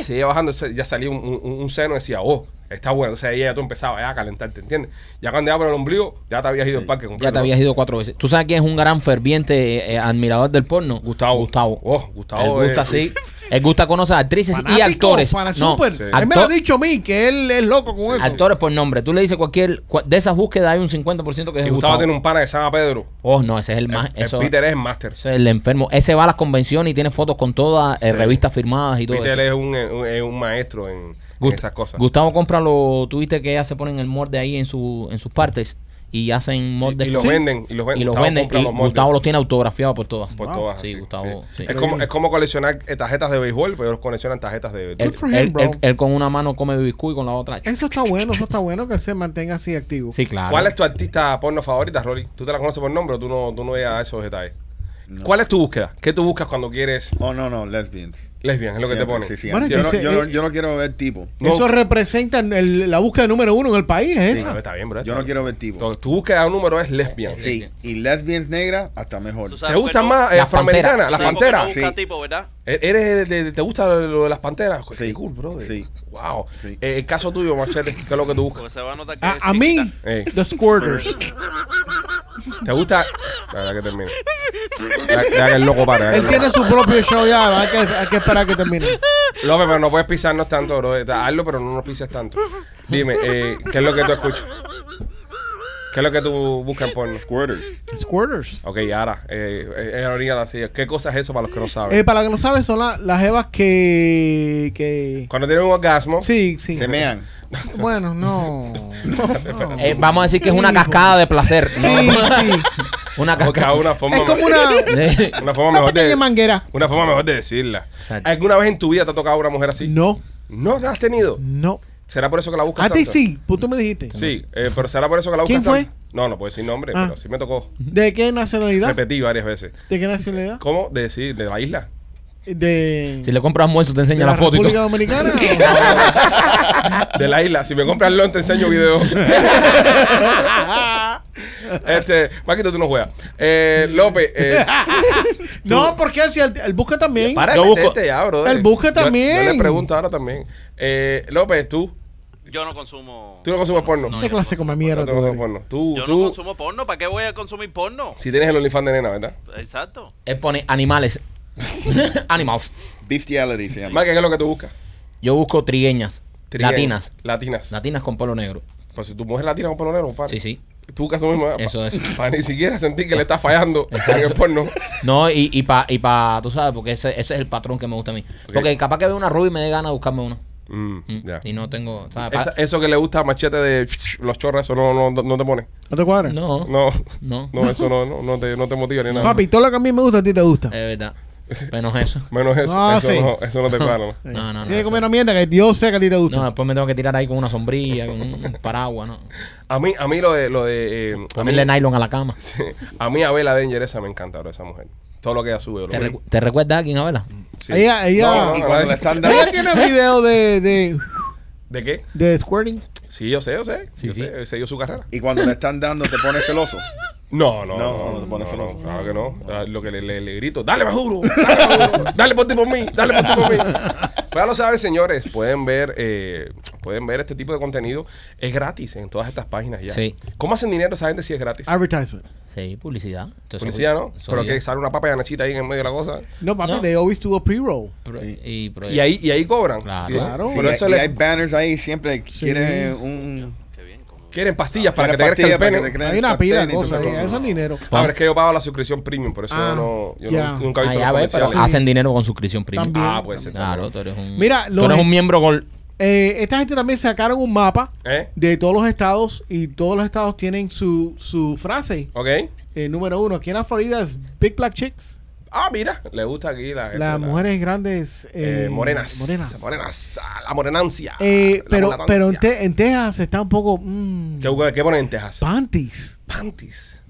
S1: Y se iba bajando, se- ya salía un, un, un seno y decía, oh, está bueno. O sea, ahí ya tú empezabas ya a calentarte, ¿entiendes? Ya cuando ya por el ombligo, ya te habías ido al parque.
S2: Ya te
S1: completo.
S2: habías ido cuatro veces. ¿Tú sabes quién es un gran ferviente eh, eh, admirador del porno?
S1: Gustavo.
S2: Gustavo.
S1: Oh, Gustavo.
S2: Él gusta,
S1: es-
S2: sí. Él gusta conocer actrices y
S3: fanáticos,
S2: actores.
S3: Para
S2: No,
S3: super.
S1: sí.
S3: Él me lo ha
S2: acto-
S3: dicho a mí, que él es loco con eso.
S2: Actores por nombre. Tú le dices cualquier. cua- de esas búsquedas hay un 50% que es
S1: Y
S2: Gustavo.
S1: Gustavo tiene un pana que se llama Pedro.
S2: Oh, no, ese es el más.
S1: El- el
S2: eso,
S1: Peter es el máster.
S2: eso es el enfermo. Ese va a las convenciones y tiene fotos con todas eh, revistas firmadas y todo
S1: Peter es
S2: eso.
S1: un, eh, un- eh, un maestro en, en
S2: Gust-
S1: esas cosas.
S2: Gustavo compra los tuviste que ella se ponen el molde ahí en, su, en sus partes y hacen
S1: y,
S2: moldes.
S1: y los
S2: Sí.
S1: venden. Y los, ven-
S2: Y los
S1: Gustavo
S2: venden.
S1: compra
S2: y
S1: los moldes
S2: Gustavo los tiene autografiados por todas.
S1: por
S3: Wow.
S1: todas.
S2: Sí,
S1: así,
S2: Gustavo,
S1: sí.
S2: sí.
S1: Es, como, es como coleccionar eh, tarjetas de béisbol, pero ellos coleccionan tarjetas de...
S2: Él,
S3: for him,
S2: él-
S3: bro.
S2: él- él con una mano come biscuit y con la otra.
S3: Eso está bueno, eso está bueno que se mantenga así activo.
S2: Sí,
S4: Ah,
S2: claro.
S1: ¿Cuál es tu artista porno favorita, Rolly? ¿Tú te la conoces por nombre o tú no, tú no veas esos detalles? ¿Cuál es tu búsqueda? ¿Qué tú buscas cuando quieres
S4: Oh, no, no, lesbians.
S1: lesbian? Es lo que te
S4: Siempre,
S1: ponen.
S4: sí, sí,
S3: Bueno,
S4: sí, yo, no,
S3: entonces,
S4: yo, no,
S3: eh,
S4: yo no quiero ver tipo.
S1: No.
S3: Eso representa el- el- la búsqueda número uno en el país, es
S1: Sí,
S3: esa.
S1: no, está bien, bro.
S4: Yo no quiero ver tipo.
S1: Entonces, tu búsqueda de un número es lesbian.
S4: Sí, y lesbians negras hasta mejor.
S5: Tú sabes,
S1: ¿Te gustan
S5: Pero-
S1: más eh,
S2: Las
S1: afroamericanas?
S2: panteras.
S1: Las
S5: Sí, porque
S1: panteras.
S5: No busca
S4: Sí.
S5: tipo, ¿verdad?
S1: E- ¿Eres de- de- ¿Te gusta lo de las panteras?
S4: Sí.
S1: Qué cool, brother.
S4: Sí.
S1: Wow.
S4: Sí.
S1: Eh, el caso tuyo, Machete, ¿qué es lo que tú buscas?
S5: Porque se va a notar que eres
S3: A, a
S5: chiquita.
S3: mí,
S1: Ey.
S3: The Squirters.
S1: ¿Te gusta? Nada, que termine. Ya, ya que el loco para.
S3: Él tiene su propio show ya, hay que, hay que esperar que termine.
S1: López, pero no puedes pisarnos tanto, bro. Hazlo, pero no nos pises tanto. Dime, eh, ¿qué es lo que tú escuchas? ¿Qué es lo que tú buscas en porno?
S4: Squirters.
S3: Squirters.
S1: Ok, ahora, eh, eh, es la orilla de la silla. ¿Qué cosa es eso para los que no saben?
S3: Eh, para los que no saben, son la- las evas que, que...
S1: Cuando tienen un orgasmo,
S3: Sí, sí.
S4: Se mean.
S3: Bueno, no. No.
S2: Eh, vamos a decir que es una cascada de placer.
S3: Sí, sí.
S2: Una
S1: busca
S2: cascada.
S1: una forma,
S3: Es como una,
S1: una forma
S3: una
S1: mejor
S3: pequeña
S1: de,
S3: manguera.
S1: una forma mejor de decirla.
S2: Exacto.
S1: ¿Alguna vez en tu vida te ha tocado una mujer así?
S3: No,
S1: No la has tenido.
S3: No.
S1: ¿Será por eso que la buscas
S3: A ti
S1: tanto?
S3: sí, pues tú me dijiste.
S1: Sí, eh, pero será por eso que la buscas
S3: ¿Quién fue?
S1: tanto? No, no puedo decir nombre,
S3: Ah.
S1: pero sí me tocó.
S3: ¿De qué nacionalidad?
S1: Repetí varias veces.
S3: ¿De qué nacionalidad?
S1: ¿Cómo? De, sí, de la isla.
S3: De,
S2: Si le compras almuerzo, te
S3: de
S2: enseña la, foto y
S3: República
S2: todo.
S3: Dominicana.
S1: De la isla. Si me compras LOL, te enseño video. este, Maquito, tú no juegas. Eh, López, eh,
S3: no, no, porque así el, el busca también.
S1: para de
S2: Yo busco-
S1: meterte ya, brother.
S3: El busca
S1: Yo-
S3: también.
S1: Yo, le pregunto ahora también. Eh, López, tú,
S5: Yo no consumo.
S1: tú no consumes porno.
S2: No,
S3: ¿Qué clase come mierda
S1: No te
S3: tú
S1: consumes
S3: eres?
S1: porno. Tú,
S5: Yo no
S1: tú,
S5: consumo porno. ¿Para qué voy a consumir porno?
S1: si tienes el OnlyFans de nena, ¿verdad?
S5: Exacto.
S2: Él pone animales. Animals.
S4: Bestiality se llama.
S1: Más que qué es lo que tú buscas.
S2: Yo busco trigueñas,
S1: Trigueños.
S2: latinas.
S1: Latinas.
S2: Latinas con polo negro.
S1: Pues si tu mujer latina con porno negro, compadre.
S2: Sí, sí.
S1: Tú caso mismo. ¿eh?
S2: Eso
S1: Pa-
S2: es.
S1: Para ni siquiera sentir que le estás fallando en el porno.
S2: No, y, y para, y pa, tú sabes, porque ese, ese es el patrón que me gusta a mí. Porque capaz que veo una rubia y me dé ganas de buscarme una.
S1: Mm,
S2: Mm.
S1: ya.
S2: Y no tengo, ¿sabes? Pa-
S1: Esa- eso que le gusta a Machete de los chorros, eso no, no, no te pone.
S3: ¿No te cuadra?
S2: no, no,
S1: No, no, eso no, no, no te, no Eh, te motiva ni nada.
S3: Papi, todo lo que a mí me gusta, a ti te gusta.
S2: es verdad. Menos eso.
S1: Menos eso,
S3: No,
S1: eso,
S3: Ah, sí.
S1: no, eso no te para. ¿no?
S3: Sí.
S2: No, no, no,
S3: Sigue
S2: eso-
S3: comiendo mierda que Dios sea que a ti te gusta.
S2: No, después me tengo que tirar ahí con una sombrilla, con un paraguas, ¿no?
S1: A mí, a mí lo de, lo de eh, a, mí,
S2: Ponerle nylon a la cama.
S1: sí, a mí Abela Danger esa me encanta, bro, esa mujer. Todo lo que ella sube, bro.
S2: ¿Te, recu- te recuerda a quién, Abela?
S1: Sí.
S3: Ella- ella-
S1: No, no,
S4: Y
S1: no,
S4: cuando
S1: no,
S4: le están
S3: Ella
S4: dando.
S3: tiene video de, de,
S1: ¿De qué?
S3: de squirting.
S1: Sí, yo sé, yo sé.
S2: Sí,
S1: yo
S2: sí.
S1: sé, se dio su carrera.
S4: Y cuando le están dando, te pones celoso.
S1: No, no,
S4: No,
S1: no,
S4: no te pones
S1: no, no,
S4: celoso.
S1: claro que no. Ah, Lo que le, le- le grito, dale más duro, dale más duro, dale por ti por mí, dale por ti por mí. Pues ya lo saben, señores, pueden ver, eh, pueden ver este tipo de contenido. Es gratis en todas estas páginas ya.
S2: Sí. Ah,
S1: ¿Cómo hacen dinero esa gente si es gratis?
S3: Advertisement.
S2: Sí, publicidad. Entonces,
S1: Policía, ¿no?
S2: soy-
S1: Pero
S2: soy
S1: que
S2: yo.
S1: sale una papa yanachita ahí en el medio de la cosa.
S3: No, papi,
S2: No.
S3: they always do a pre-roll.
S2: Pro-
S4: Sí.
S2: y pro-
S1: Y ahí, y ahí cobran.
S2: Claro.
S1: Bien.
S3: Claro.
S4: Sí,
S1: Pero
S4: y-
S1: eso
S4: y
S1: le
S4: hay banners ahí, siempre quiere un.
S5: Qué bien. como-
S1: quieren pastillas para que te
S4: quiere
S1: crezca el
S4: pastilla para
S1: pene.
S4: que te crezca
S3: Hay una
S4: el
S3: pila
S4: pene
S3: de
S4: y toda
S3: cosas.
S4: esa
S3: ahí,
S4: cosa.
S3: Eso es dinero.
S1: Ah, pero es que yo pago la suscripción premium, por eso
S3: Ah,
S1: yo no, yo
S3: ya.
S1: no- nunca he
S2: Ah,
S1: visto
S2: ya
S1: los
S2: ves, pero
S1: comerciales.
S2: hacen dinero con suscripción premium.
S3: También.
S1: Ah, puede ser.
S2: Claro, tú eres un,
S3: Mira,
S2: tú
S3: los-
S2: eres un miembro con...
S3: Eh, esta gente también sacaron un mapa
S1: ¿Eh?
S3: de todos los estados y todos los estados tienen su, su frase.
S1: ¿Ok?
S3: Eh, número uno, aquí en la Florida es Big Black Chicks.
S1: Ah, mira, le gusta aquí la gente.
S3: Las
S1: la-
S3: mujeres grandes.
S1: eh,
S3: eh,
S1: morenas.
S3: Morenas.
S1: Morenas. ah, La morenancia.
S3: Eh,
S1: La
S3: pero
S1: morenancia.
S3: pero en, Te- en Texas está un poco. mm,
S1: ¿Qué, qué ponen en Texas?
S3: panties.
S1: panties.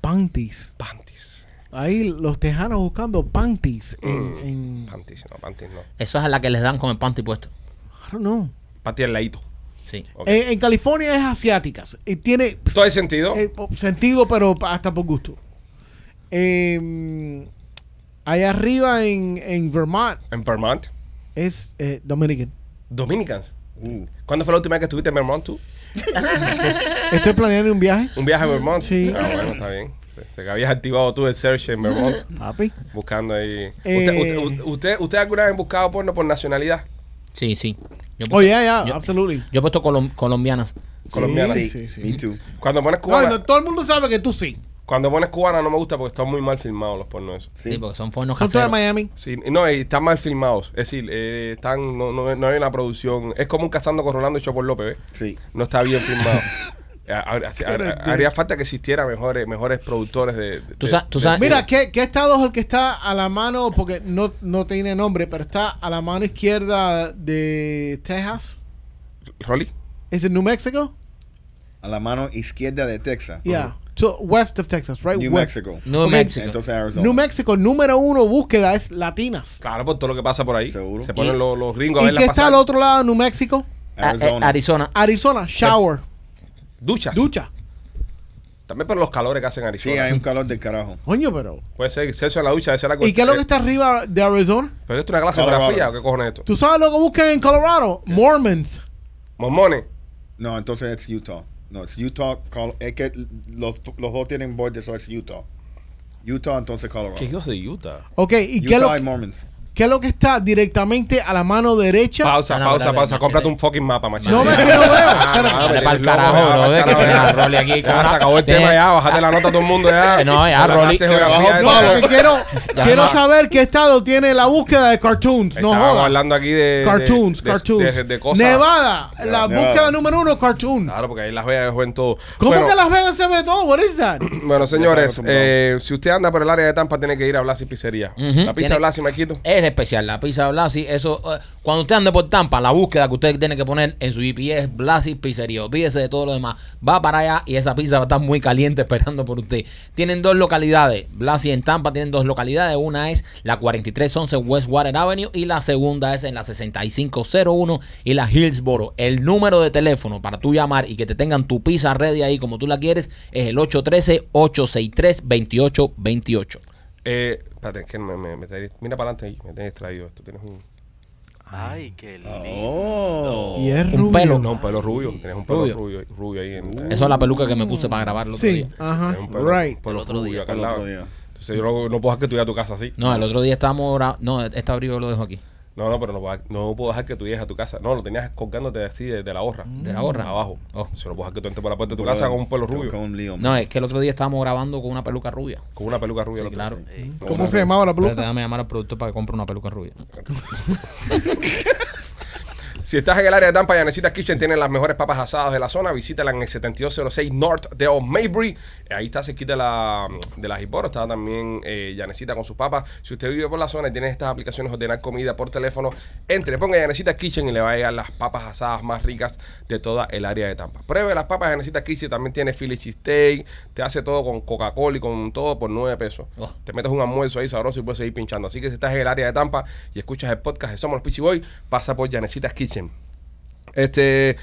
S3: Panties.
S1: Panties.
S3: Ahí los tejanos buscando panties.
S1: Mm.
S3: En, en-
S1: Panties, no, panties no.
S2: Eso es a la que les dan con el panty puesto.
S3: I don't know.
S1: Panties al ladito.
S2: Sí.
S1: Ok.
S3: Eh, en California es asiáticas. Y tiene
S1: ¿Todo hay sentido?
S3: eh, po- sentido, pero pa- hasta por gusto. Eh, allá arriba en, en Vermont
S1: en Vermont.
S3: es eh, Dominican.
S1: Dominicans.
S4: Uh,
S1: ¿Cuándo fue la última vez que estuviste en Vermont tú?
S3: Estoy planeando un viaje.
S1: ¿Un viaje a Vermont?
S3: Mm, Sí.
S1: Ah, bueno, está bien. Este, que habías activado tú el search en Vermont.
S3: Papi.
S1: Buscando ahí.
S3: Eh.
S1: ¿Usted, usted, usted, ¿Usted alguna vez ha buscado porno por nacionalidad?
S2: Sí, sí. Yo he puesto-
S3: Oh, yeah, yeah,
S2: yo-
S3: absolutely.
S2: Yo he puesto colom- colombianas.
S1: Colombiana.
S4: Sí,
S3: Sí, sí.
S4: Me too.
S1: Cuando pones
S3: No,
S1: cubana,
S3: no, todo el mundo sabe que tú sí.
S1: cuando pones cubana no me gusta porque están muy mal filmados los pornos esos.
S2: Sí,
S4: Sí.
S5: pues.
S2: porque son pornos
S3: Son todas
S2: caseros.
S3: de Miami.
S1: Sí, no, y están mal filmados. Es decir, eh, están, no, no, no hay una producción. Es como un Cazando con Rolando hecho por López, ¿ves?
S4: Sí.
S1: No está bien filmado. Ha- ha- ha- ha- Haría falta que existiera mejores, mejores productores de. de-
S2: Tú sa- tú
S1: de-
S2: sabes-
S1: de-
S3: Mira, ¿qué, ¿qué estado es el que está a la mano? Porque no, no tiene nombre, pero está a la mano izquierda de Texas.
S1: Rolly.
S3: ¿Es en New Mexico?
S4: A la mano izquierda de Texas.
S3: Yeah. So, west of Texas, right?
S4: New
S3: West.
S4: Mexico.
S2: New
S3: Ok,
S2: Mexico.
S4: Entonces Arizona.
S3: New Mexico, número uno, búsqueda es latinas.
S1: Claro, por todo lo que pasa por ahí.
S4: Seguro.
S1: Se ponen
S2: Y-
S1: los, los gringos a
S3: ¿Y
S1: verla
S3: qué está
S1: pasar.
S3: al otro lado de New Mexico?
S2: A-
S4: Arizona.
S2: eh, Arizona.
S3: Arizona, shower,
S1: Duchas.
S3: ducha.
S1: También por los calores que hacen en
S4: Sí,
S1: Arizona.
S4: hay un calor del carajo.
S3: Coño, pero.
S1: Puede ser sexo en la ducha, esa es la
S3: ¿Y qué
S4: Eh,
S3: es lo que está arriba de Arizona?
S1: Pero esto es una clase de
S4: Colorado.
S1: geografía, ¿o qué cojones es esto?
S3: ¿Tú sabes lo que buscan en Colorado? Mormons.
S1: Mormones.
S4: No, entonces es Utah. No, es Utah. Col- es que los, los dos tienen borde, eso es Utah. Utah, entonces Colorado.
S1: ¿Qué hijos de Utah?
S3: Ok, ¿y qué es, lo,
S4: Utah y Mormons.
S3: qué es lo que está directamente a la mano derecha?
S1: Pausa,
S2: Ah, no,
S1: pausa,
S2: espérate,
S1: pausa.
S2: machete.
S1: Cómprate un fucking mapa, machete.
S3: No, no, es que no veo. Espérate.
S2: Vete
S1: eres
S2: pa'l
S1: loco,
S2: carajo,
S1: ya,
S2: brother,
S1: pa'l
S2: que
S1: carajo,
S2: tiene
S1: ya.
S2: a Rolly aquí,
S1: Ya
S2: carajo.
S1: se acabó el
S2: Tiene-
S1: tema ya, bájate la nota a todo el mundo ya.
S2: No, ya,
S1: La clase
S2: Rolly-
S1: de
S2: se bajó
S1: geografía
S4: el
S1: esta.
S4: palo.
S3: No, porque quiero,
S2: Ya
S3: quiero
S2: no.
S3: saber qué estado tiene la búsqueda de cartoons. No
S1: Estábamos
S3: jodas.
S1: hablando aquí de... de-
S3: Cartoons,
S1: de-
S3: cartoons.
S1: De, de cosas.
S3: Nevada, la
S4: Nevada.
S3: búsqueda número uno, cartoon.
S1: Claro, porque ahí Las Vegas dejó en todo.
S3: ¿Cómo
S1: bueno,
S3: que Las Vegas se ve todo? What is that?
S1: Bueno, señores,
S4: Ya está acostumbrado.
S1: eh, si usted anda por el área de Tampa, tiene que ir a Blasi Pizzería.
S2: Ujú,
S1: La pizza
S2: tiene-
S1: Blasi, Maquito.
S2: Es en especial, la pizza Blasi, eso, eh, cuando usted ande por Tampa, la búsqueda que usted tiene que poner en su GPS, Blasi Pizzería, olvídese de todo lo demás, va para allá y esa pizza va a estar muy caliente esperando por usted. Tienen dos localidades, Blasi en Tampa tienen dos localidades, una es la 4311 West Water Avenue y la segunda es en la 6501 y la Hillsboro. El número de teléfono para tú llamar y que te tengan tu pizza ready ahí como tú la quieres es el 813-863-2828.
S1: Eh, espérate, es que me, me, me traí- mira para adelante ahí, me tenés distraído. Tú tienes un,
S5: Ay, qué lindo.
S4: Oh.
S3: Y es
S2: Un
S3: rubio.
S2: pelo.
S1: no, un pelo rubio, tienes un pelo
S2: Rubio.
S1: rubio, rubio ahí. En,
S2: Eso es la peluca que me puse para grabar el otro
S3: Sí,
S2: día.
S3: ajá.
S1: Tienes un pelo,
S3: Right.
S1: un pelo
S5: El otro
S1: rubio
S5: día.
S1: acá al
S4: El
S1: lado.
S4: otro día.
S1: Entonces yo no, no puedo dejar que tú llegues a tu casa así.
S2: No, el otro día estábamos gra- No, este abrigo lo dejo aquí.
S1: No, no, pero no puedo, no puedo dejar que tú llegues a tu casa. No, lo tenías colgándote así de, de la horra.
S2: De la horra.
S1: Abajo.
S2: Oh.
S1: Se lo puedo dejar que tú entres por la puerta de tu casa con un pelo rubio.
S4: Con un lío.
S2: No, es que el otro día estábamos grabando con una peluca rubia.
S1: Con una peluca rubia.
S2: Sí,
S1: lo tengo.
S2: claro.
S5: Ey,
S3: ¿Cómo se llamaba la
S2: Espérate,
S3: peluca?
S2: déjame llamar al productor para que compre una peluca rubia.
S1: Si estás en el área de Tampa, Yanecita Kitchen tiene las mejores papas asadas de la zona. Visítala en el 7206 North de Old Maybury. Ahí está cerquita de la, de la Jiporo. Está también eh, Yanecita con sus papas. Si usted vive por la zona y tiene estas aplicaciones de ordenar comida por teléfono, entre, ponga Yanecita Kitchen y le va a llegar las papas asadas más ricas de toda el área de Tampa. Pruebe las papas de Yanecita Kitchen. También tiene Philly Cheesesteak. Te hace todo con Coca-Cola y con todo por 9 pesos.
S2: Oh.
S1: Te metes un almuerzo ahí sabroso y puedes seguir pinchando. Así que si estás en el área de Tampa y escuchas el podcast de Somos los Pichi Boy, pasa por Yanecitas Kitchen. Este,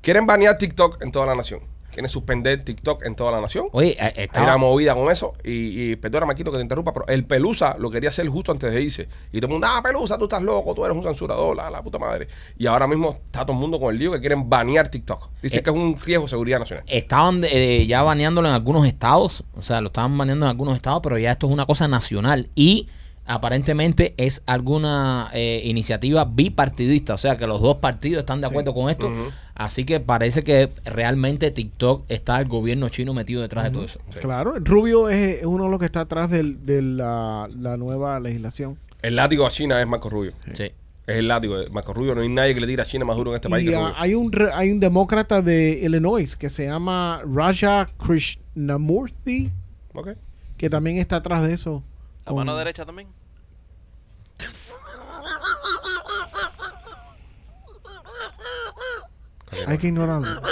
S1: quieren banear TikTok en toda la nación. Quieren suspender TikTok en toda la nación.
S2: Oye, eh,
S1: Hay una
S2: estaba,
S1: movida con eso. Y, y perdona, Maquito, que te interrumpa, pero el Pelusa lo quería hacer justo antes de irse. Y todo el mundo, ah, Pelusa, tú estás loco, tú eres un censurador, la, la puta madre. Y ahora mismo está todo el mundo con el lío que quieren banear TikTok. Dice
S2: Eh.
S1: que es un riesgo de seguridad nacional.
S2: estaban eh, ya baneándolo en algunos estados. O sea, lo estaban baneando en algunos estados, pero ya esto es una cosa nacional. Y aparentemente es alguna eh, iniciativa bipartidista. O sea, que los dos partidos están de acuerdo con esto.
S1: Ujú.
S2: Así que parece que realmente TikTok está el gobierno chino metido detrás de todo eso.
S1: Sí.
S3: Claro, el Rubio es uno de los que está atrás del- de la, la nueva legislación.
S1: El látigo a China es Marco Rubio.
S2: Sí.
S1: Es el látigo de Marco Rubio. No hay nadie que le tire a China más duro en este país
S3: Y
S1: que
S3: ah,
S1: Rubio.
S3: hay un re- hay un demócrata de Illinois que se llama Raja Krishnamurti,
S1: Ok.
S3: que también está atrás de eso.
S5: La mano
S3: Con-
S5: derecha también.
S3: Hay que ignorarlo.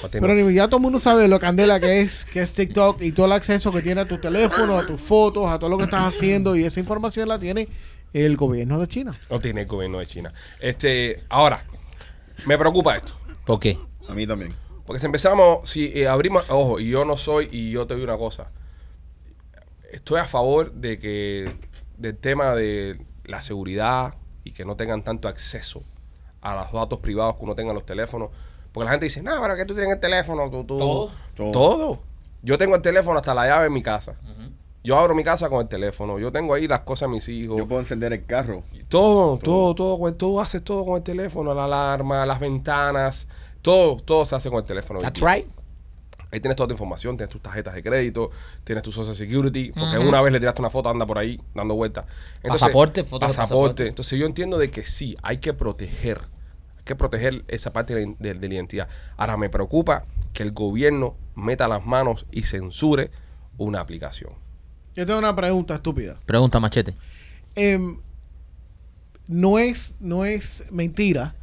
S1: Continúa.
S3: Pero ni- ya todo el mundo sabe lo candela que es, que es TikTok y todo el acceso que tiene a tu teléfono, a tus fotos, a todo lo que estás haciendo y esa información la tiene el gobierno de China.
S1: No tiene el gobierno de China. Este, ahora, me preocupa esto.
S2: ¿Por qué?
S4: A mí también.
S1: Porque si empezamos, si eh, abrimos, ojo, y yo no soy, y yo te digo una cosa. Estoy a favor de que del tema de la seguridad y que no tengan tanto acceso a los datos privados que uno tenga en los teléfonos. Porque la gente dice, no, pero que tú tienes el teléfono, tú, tú-
S2: Todo.
S1: Todo.
S4: Todo.
S1: Yo tengo el teléfono hasta la llave de mi casa. Yo abro mi casa con el teléfono. Yo tengo ahí las cosas de mis hijos.
S4: Yo puedo encender el carro.
S1: Todo, todo, todo, con- todo haces todo con el teléfono, la alarma, las ventanas, todo, todo se hace con el teléfono. hoy
S2: That's
S1: día.
S2: right.
S1: Ahí tienes toda tu información, tienes tus tarjetas de crédito, tienes tu social security, porque una vez le tiraste una foto, anda por ahí dando vueltas.
S2: Pasaporte, foto
S1: pasaporte.
S2: de pasaporte.
S1: Entonces yo entiendo de que sí, hay que proteger, hay que proteger esa parte de, de- de la identidad. Ahora me preocupa que el gobierno meta las manos y censure una aplicación.
S3: Yo tengo una pregunta estúpida.
S2: Pregunta, Machete.
S3: Em, no, es, no es mentira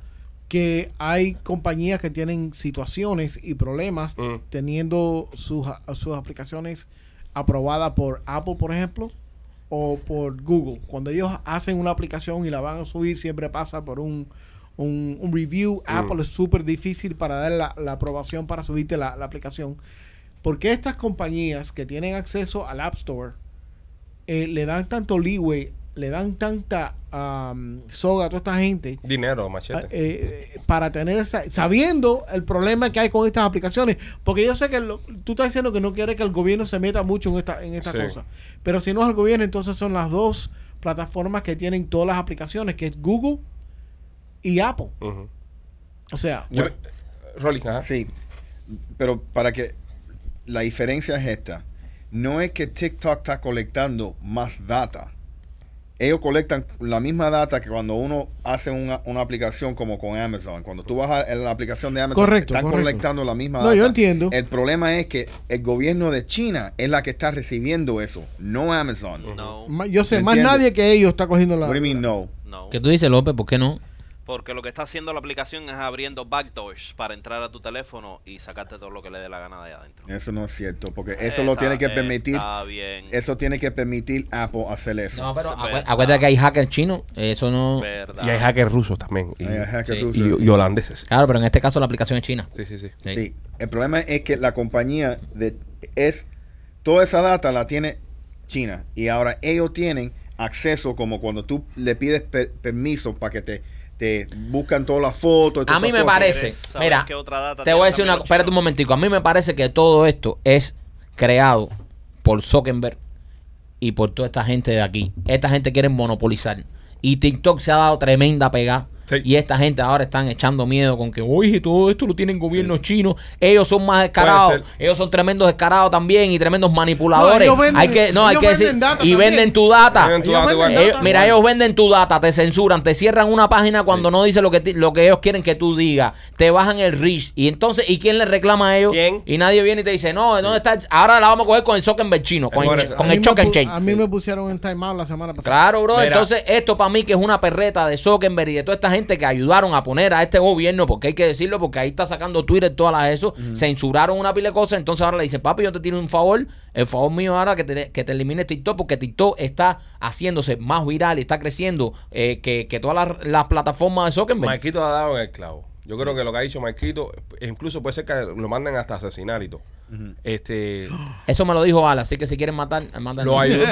S3: que hay compañías que tienen situaciones y problemas
S1: Mm.
S3: teniendo sus, a- sus aplicaciones aprobadas por Apple, por ejemplo, o por Google. Cuando ellos hacen una aplicación y la van a subir, siempre pasa por un, un, un review. Apple es súper difícil para dar la, la aprobación para subirte la, la aplicación. ¿Por qué estas compañías que tienen acceso al App Store eh, le dan tanto leeway, le dan tanta am, soga a toda esta gente
S1: Dinero, machete.
S3: eh, eh, para tener esa- sabiendo el problema que hay con estas aplicaciones porque yo sé que lo- tú estás diciendo que no quieres que el gobierno se meta mucho en esta en esta
S1: Sí.
S3: cosa pero si no es el gobierno entonces son las dos plataformas que tienen todas las aplicaciones que es Google y Apple
S1: Ujú.
S3: o sea
S1: Yo- Rolly, ajá.
S4: Sí. Pero para que. La diferencia es esta. No es que TikTok está colectando más data. ellos colectan la misma data que cuando uno hace una, una aplicación como con Amazon. Cuando tú vas a, a la aplicación de Amazon,
S3: Correcto,
S4: están
S3: correcto.
S4: colectando la misma
S3: No,
S4: data.
S3: yo entiendo.
S4: El problema es que el gobierno de China es la que está recibiendo eso, no Amazon.
S5: No,
S3: Ma- Yo sé,
S4: ¿Me
S3: más
S4: entiendes?
S3: nadie que ellos está cogiendo la.
S4: What do you mean no?
S5: no.
S2: ¿Qué tú dices, López? ¿Por qué no?
S5: Porque lo que está haciendo la aplicación es abriendo backdoors para entrar a tu teléfono y sacarte todo lo que le dé la gana de ahí adentro.
S4: Eso no es cierto, porque eso
S5: Está-
S4: lo tiene que permitir,
S5: Está bien.
S4: eso tiene que permitir Apple hacer eso.
S2: No, pero
S5: Se
S2: acu-
S5: puede.
S2: acuérdate que hay hackers chinos. Eso no.
S5: verdad.
S1: Y hay hackers rusos también. Y,
S4: Ay, ajá, que
S2: Sí.
S4: tú-
S1: y- y holandeses.
S2: Claro, pero en este caso la aplicación es china.
S1: Sí, sí, sí.
S2: Sí.
S4: Sí. El problema es que la compañía de, es toda esa data la tiene China y ahora ellos tienen acceso como cuando tú le pides per- permiso para que te, te buscan todas las fotos. y
S2: A
S4: todas
S2: mí
S4: esas
S2: me
S4: cosas.
S2: parece.
S5: ¿Quieres saber
S2: Mira,
S5: qué otra data
S2: te voy a
S5: tienen
S2: decir una.
S5: también los
S2: Espérate un
S5: chinos?
S2: momentico. A mí me parece que todo esto es creado por Zuckerberg y por toda esta gente de aquí. Esta gente quiere monopolizar. Y TikTok se ha dado tremenda pegada.
S1: Sí.
S2: Y esta gente ahora están echando miedo con que, oye, todo esto lo tienen gobiernos chinos. Ellos son más descarados.
S1: Puede ser.
S2: Ellos son tremendos descarados también y tremendos manipuladores.
S3: No, ellos venden-
S2: hay que, no, hay
S3: ellos
S2: que decir.
S3: venden data
S2: y
S3: también.
S2: venden tu data.
S1: Venden tu
S3: Ellos
S1: data
S3: venden
S1: igual.
S2: Ellos-
S3: data.
S2: mira, ellos venden tu data, te censuran, te cierran una página cuando no dice lo que, ti- lo que ellos quieren que tú digas, te bajan el reach. Y entonces, ¿y quién le reclama a ellos?
S1: ¿Quién?
S2: Y nadie viene y te dice, no, ¿dónde está? el- Ahora la vamos a coger con el Zuckerberg chino, con el,
S1: Correcto.
S2: con
S3: A
S2: el
S3: mí me
S2: Chuck and
S3: pu-
S2: Chain.
S3: A mí me pusieron en timeout la semana pasada.
S2: Claro, bro.
S1: Mira.
S2: Entonces, esto para mí que es una perreta de Zuckerberg y de toda esta gente que ayudaron a poner a este gobierno, porque hay que decirlo, porque ahí está sacando Twitter todas las eso. Censuraron una pila de cosas. Entonces ahora le dicen, papi, yo te tiro un favor. El favor mío ahora que te, que te elimines TikTok, porque TikTok está haciéndose más viral y está creciendo eh, que, que todas las, las plataformas de Zuckerberg.
S1: Marquito ha dado en el clavo. Yo creo que lo que ha dicho Marquito, e incluso puede ser que lo manden hasta asesinar y todo. Este,
S2: Eso me lo dijo Ala, así que si quieren matar, matan.
S1: lo ayudó.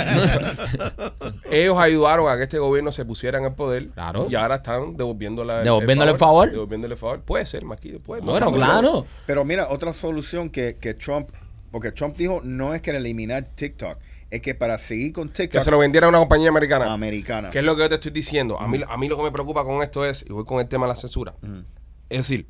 S1: Ellos ayudaron a que este gobierno se pusiera en el poder
S2: Claro.
S1: y ahora están devolviéndole,
S2: Devolviéndole el favor.
S1: Devolviéndole el favor. Puede ser, Marquito, puede. no
S2: Bueno,
S1: estamos
S2: claro.
S1: seguros.
S4: Pero mira, otra solución que, que Trump, porque Trump dijo no es que eliminar TikTok, es que para seguir con
S1: Que
S4: TikTok
S1: se lo vendiera a una compañía americana.
S4: americana.
S1: ¿Qué es lo que yo te estoy diciendo? A mí, a mí lo que me preocupa con esto es, y voy con el tema de la censura, es decir,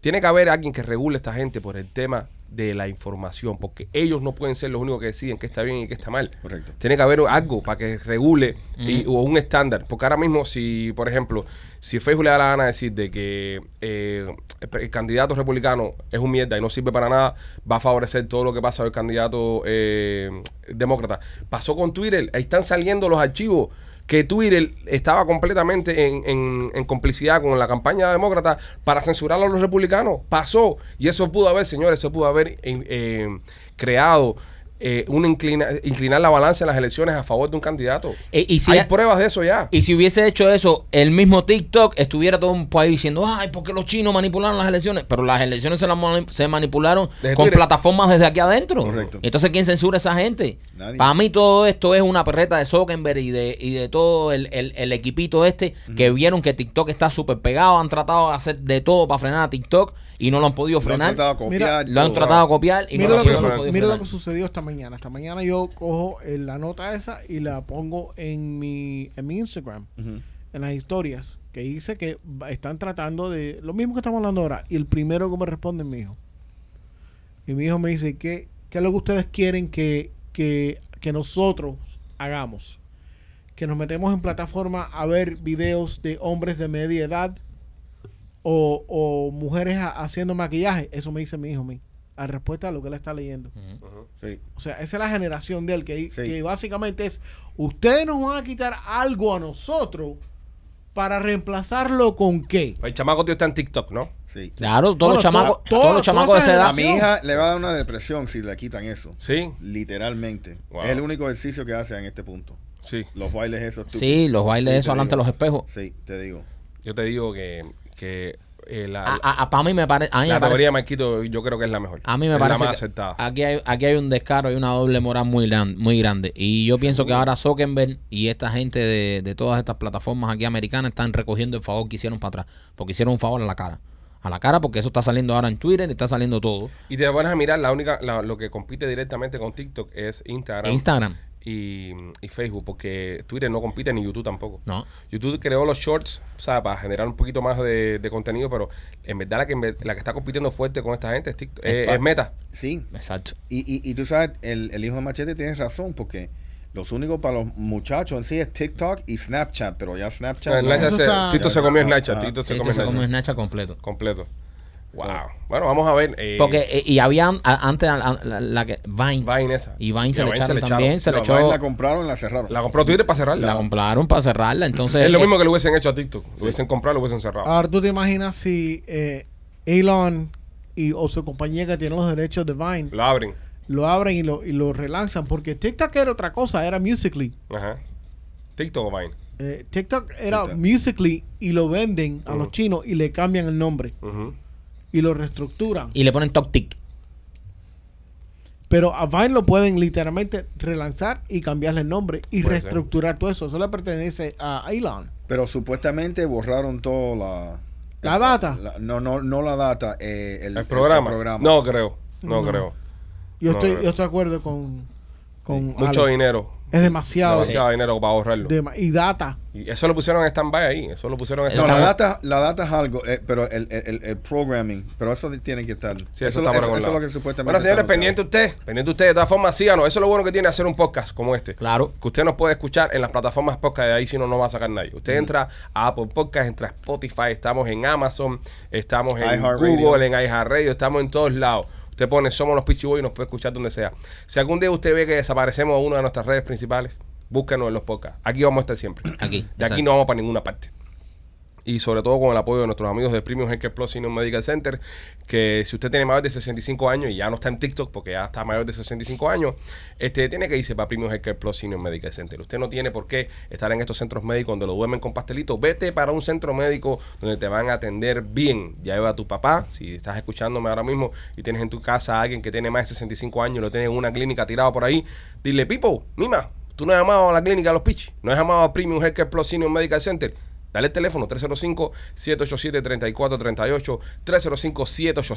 S1: tiene que haber alguien que regule a esta gente por el tema de la información, porque ellos no pueden ser los únicos que deciden qué está bien y qué está mal.
S4: Correcto.
S1: Tiene que haber algo para que regule y- o un estándar. Porque ahora mismo, si, por ejemplo, si Facebook le da la gana de decir de que eh, el pre- el candidato republicano es un mierda y no sirve para nada, va a favorecer todo lo que pasa del candidato eh, demócrata. Pasó con Twitter, ahí están saliendo los archivos que Twitter estaba completamente en, en- en complicidad con la campaña demócrata para censurar a los republicanos. Pasó. Y eso pudo haber, señores, eso pudo haber eh, eh, creado eh, una inclina- inclinar la balanza en las elecciones a favor de un candidato.
S2: Eh, y si
S1: Hay
S2: ha-
S1: pruebas de eso ya.
S2: Y si hubiese hecho eso, el mismo TikTok estuviera todo un país diciendo, ay, porque los chinos manipularon las elecciones. Pero las elecciones se, las mani- se manipularon
S1: Desde
S2: con
S1: Twitter.
S2: plataformas desde aquí adentro.
S4: Correcto.
S2: Entonces, ¿quién censura a esa gente?
S4: Nadie.
S2: Para mí todo esto es una perreta de Zuckerberg y de, y de todo el, el- el equipito este que vieron que TikTok está súper pegado, han tratado de hacer de todo para frenar a TikTok y no lo han podido
S4: Lo han
S2: frenar.
S4: tratado de copiar,
S2: Lo han
S4: todo.
S2: tratado de copiar y no
S3: Mira,
S2: lo
S3: lo
S2: han
S3: que,
S2: podido-
S1: puedo
S3: su-
S2: podido
S3: mira lo
S2: frenar.
S3: que sucedió esta mañana. Esta mañana yo cojo eh, la nota esa y la pongo en mi, en mi Instagram,
S4: Ujú.
S3: en las historias, que dice que va- están tratando de lo mismo que estamos hablando ahora. Y el primero que me responde es mi hijo. Y mi hijo me dice, ¿qué, qué es lo que ustedes quieren que, que, que nosotros hagamos? Que nos metemos en plataforma a ver videos de hombres de media edad o, o mujeres ha- haciendo maquillaje. Eso me dice mi hijo a mí. A respuesta a lo que él está leyendo.
S4: Sí.
S3: O sea, esa es la generación de él, que,
S4: Sí.
S3: que básicamente es, ustedes nos van a quitar algo a nosotros para reemplazarlo con qué.
S1: El chamaco tío está en TikTok, ¿no?
S4: Sí.
S2: Claro, todos
S3: Bueno,
S2: los chamacos,
S3: to-
S2: todos los
S3: todas-
S2: chamacos de
S3: todas
S2: esa
S3: esas
S2: edad.
S4: A mi hija le va a dar una depresión si le quitan eso.
S1: Sí,
S4: Literalmente.
S1: Wow.
S4: Es el único ejercicio que hacen en este punto.
S1: sí.
S4: Los bailes esos. tú-
S2: Sí, los bailes
S4: Sí,
S2: esos
S4: te
S2: delante de
S4: digo.
S2: los espejos.
S4: Sí, te digo.
S1: Yo te digo que, que eh, la,
S2: a, Ah, para mí me parece. A mí
S1: la
S2: me parece-
S1: teoría de Marquito yo creo que es la mejor.
S2: a mí me
S1: es
S2: parece
S1: la más
S2: que
S1: acertada.
S2: Aquí hay, aquí hay un descaro y una doble moral muy, gran- muy grande. Y yo pienso que ahora Zuckerberg y esta gente de, de todas estas plataformas aquí americanas están recogiendo el favor que hicieron para atrás. Porque hicieron un favor a la cara. A la cara porque eso está saliendo ahora en Twitter, está saliendo todo.
S1: Y te pones a mirar, la única, la- lo que compite directamente con TikTok es Instagram,
S2: Instagram.
S1: Y, y Facebook, porque Twitter no compite ni YouTube tampoco.
S2: No.
S1: YouTube creó los shorts, o sea, para generar un poquito más de, de contenido, pero en verdad la que, la que está compitiendo fuerte con esta gente es, TikTok, es- es Meta.
S4: Sí.
S2: Exacto.
S4: Y, y, y tú sabes, el, el hijo de Machete tiene razón porque Los únicos para los muchachos en sí es TikTok y Snapchat, pero ya Snapchat.
S1: No,
S4: no.
S1: Snapchat Pues,
S3: eso
S1: se-
S3: está-
S1: Tito se comió
S4: Ah,
S1: Snapchat.
S4: ah.
S1: Tito se
S2: Sí,
S1: comió
S2: esto Este se come
S1: Snapchat.
S2: Snapchat completo.
S1: Completo. Wow. Bueno, vamos a ver. eh,
S2: Porque, eh, y había an- a- antes a- a- la, la que Vine.
S1: Vine esa.
S2: Y Vine se
S1: a
S2: le echaron también, se le
S4: No,
S2: echó.
S4: Vine la compraron, la cerraron.
S1: La compró Twitter para cerrarla.
S2: La compraron para cerrarla. Entonces,
S1: es lo
S2: eh,
S1: mismo que le hubiesen hecho a TikTok. Lo hubiesen comprado, lo hubiesen cerrado.
S4: Ah.
S3: Ahora tú te imaginas si eh, Elon y, o su compañía que tiene los derechos de Vine
S1: Lo abren.
S3: lo abren y lo, y lo relanzan. Porque TikTok era otra cosa, era Musically.
S1: Ajá. TikTok o Vine.
S3: Eh, TikTok era
S4: TikTok.
S3: Musically y lo venden a los chinos y le cambian el nombre
S1: Ujú.
S3: y lo reestructuran.
S2: y le ponen Toc Tic.
S3: Pero a Vine lo pueden literalmente relanzar y cambiarle el nombre y
S1: Puede ser.
S3: reestructurar todo eso. Eso le pertenece a Elon.
S4: Pero supuestamente borraron toda la.
S3: ¿La data?
S4: la- no, no, no la data. eh, el,
S1: El programa.
S4: el programa.
S1: No creo. No,
S3: No.
S1: creo.
S3: Yo,
S1: No,
S3: estoy,
S1: no.
S3: yo estoy de acuerdo con. con
S1: Mucho
S3: Alex.
S1: dinero.
S3: Es demasiado.
S1: Demasiado dinero para ahorrarlo.
S3: Dema- y data.
S1: Y eso lo pusieron en stand-by ahí. Eso lo pusieron en
S4: No,
S1: stand-by.
S4: la
S2: Estamos-
S4: data, la data es algo, eh, pero el, el, el- el programming, pero eso tiene que estar.
S1: Sí, eso, está por algún
S4: eso es
S1: lado.
S4: lo que supuestamente.
S1: Bueno, señores,
S4: está
S1: pendiente
S4: anunciado.
S1: usted. Pendiente usted. De todas formas, síganos. Eso es lo bueno que tiene hacer un podcast como este.
S2: Claro.
S1: Que usted nos puede escuchar en las plataformas podcast. De ahí si no, no va a sacar nadie. Usted entra a Apple Podcast, entra a Spotify. Estamos en Amazon. Estamos en
S4: iHeartRadio.
S1: Google, en iHeartRadio. Estamos en todos lados. Usted pone Somos los Pitchy Boys y nos puede escuchar donde sea. Si algún día usted ve que desaparecemos de una de nuestras redes principales, búscanos en los podcasts. Aquí vamos a estar siempre.
S2: Aquí,
S1: De aquí
S2: exacto.
S1: no vamos para ninguna parte y sobre todo con el apoyo de nuestros amigos de Premium Healthcare Plus y No Medical Center, que si usted tiene mayor de 65 años y ya no está en TikTok porque ya está mayor de 65 años, este tiene que irse para Premium Healthcare Plus y No Medical Center. Usted no tiene por qué estar en estos centros médicos donde lo duermen con pastelitos. Vete para un centro médico donde te van a atender bien. Ya lleva a tu papá, si estás escuchándome ahora mismo y tienes en tu casa a alguien que tiene más de 65 años, lo tienes en una clínica tirado por ahí, dile, Pipo, mima, tú no has llamado a la clínica de los pichis, no has llamado a Premium Healthcare Plus Senior Medical Center. Dale el teléfono 305-787-3438,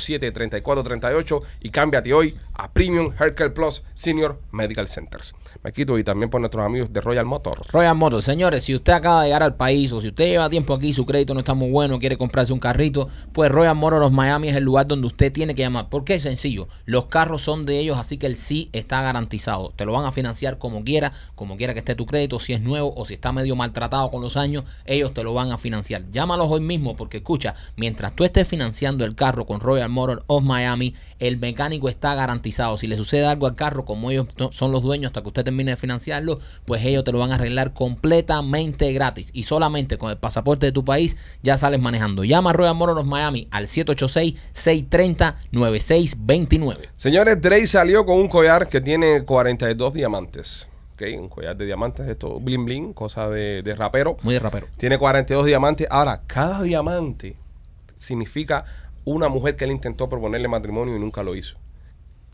S1: 305-787-3438 y cámbiate hoy a Premium Healthcare Plus Senior Medical Centers. Me quito y también por nuestros amigos de Royal Motors.
S2: Royal Motors, señores, si usted acaba de llegar al país o si usted lleva tiempo aquí, su crédito no está muy bueno, quiere comprarse un carrito, pues Royal Motors Miami es el lugar donde usted tiene que llamar. Porque es sencillo, los carros son de ellos, así que el sí está garantizado. Te lo van a financiar como quiera, como quiera que esté tu crédito, si es nuevo o si está medio maltratado con los años, ellos te lo van a financiar. Llámalos hoy mismo porque escucha, mientras tú estés financiando el carro con Royal Motors of Miami, el mecánico está garantizado. Si le sucede algo al carro, como ellos no- son los dueños hasta que usted termine de financiarlo, pues ellos te lo van a arreglar completamente gratis. Y solamente con el pasaporte de tu país ya sales manejando. Llama a Royal Motors of Miami al 786-630-9629.
S1: Señores, Dre salió con un collar que tiene 42 diamantes. ¿ok? Un collar de diamantes, esto bling bling, cosa de, de rapero.
S2: Muy de rapero.
S1: Tiene 42 diamantes. Ahora, cada diamante significa una mujer que él intentó proponerle matrimonio y nunca lo hizo.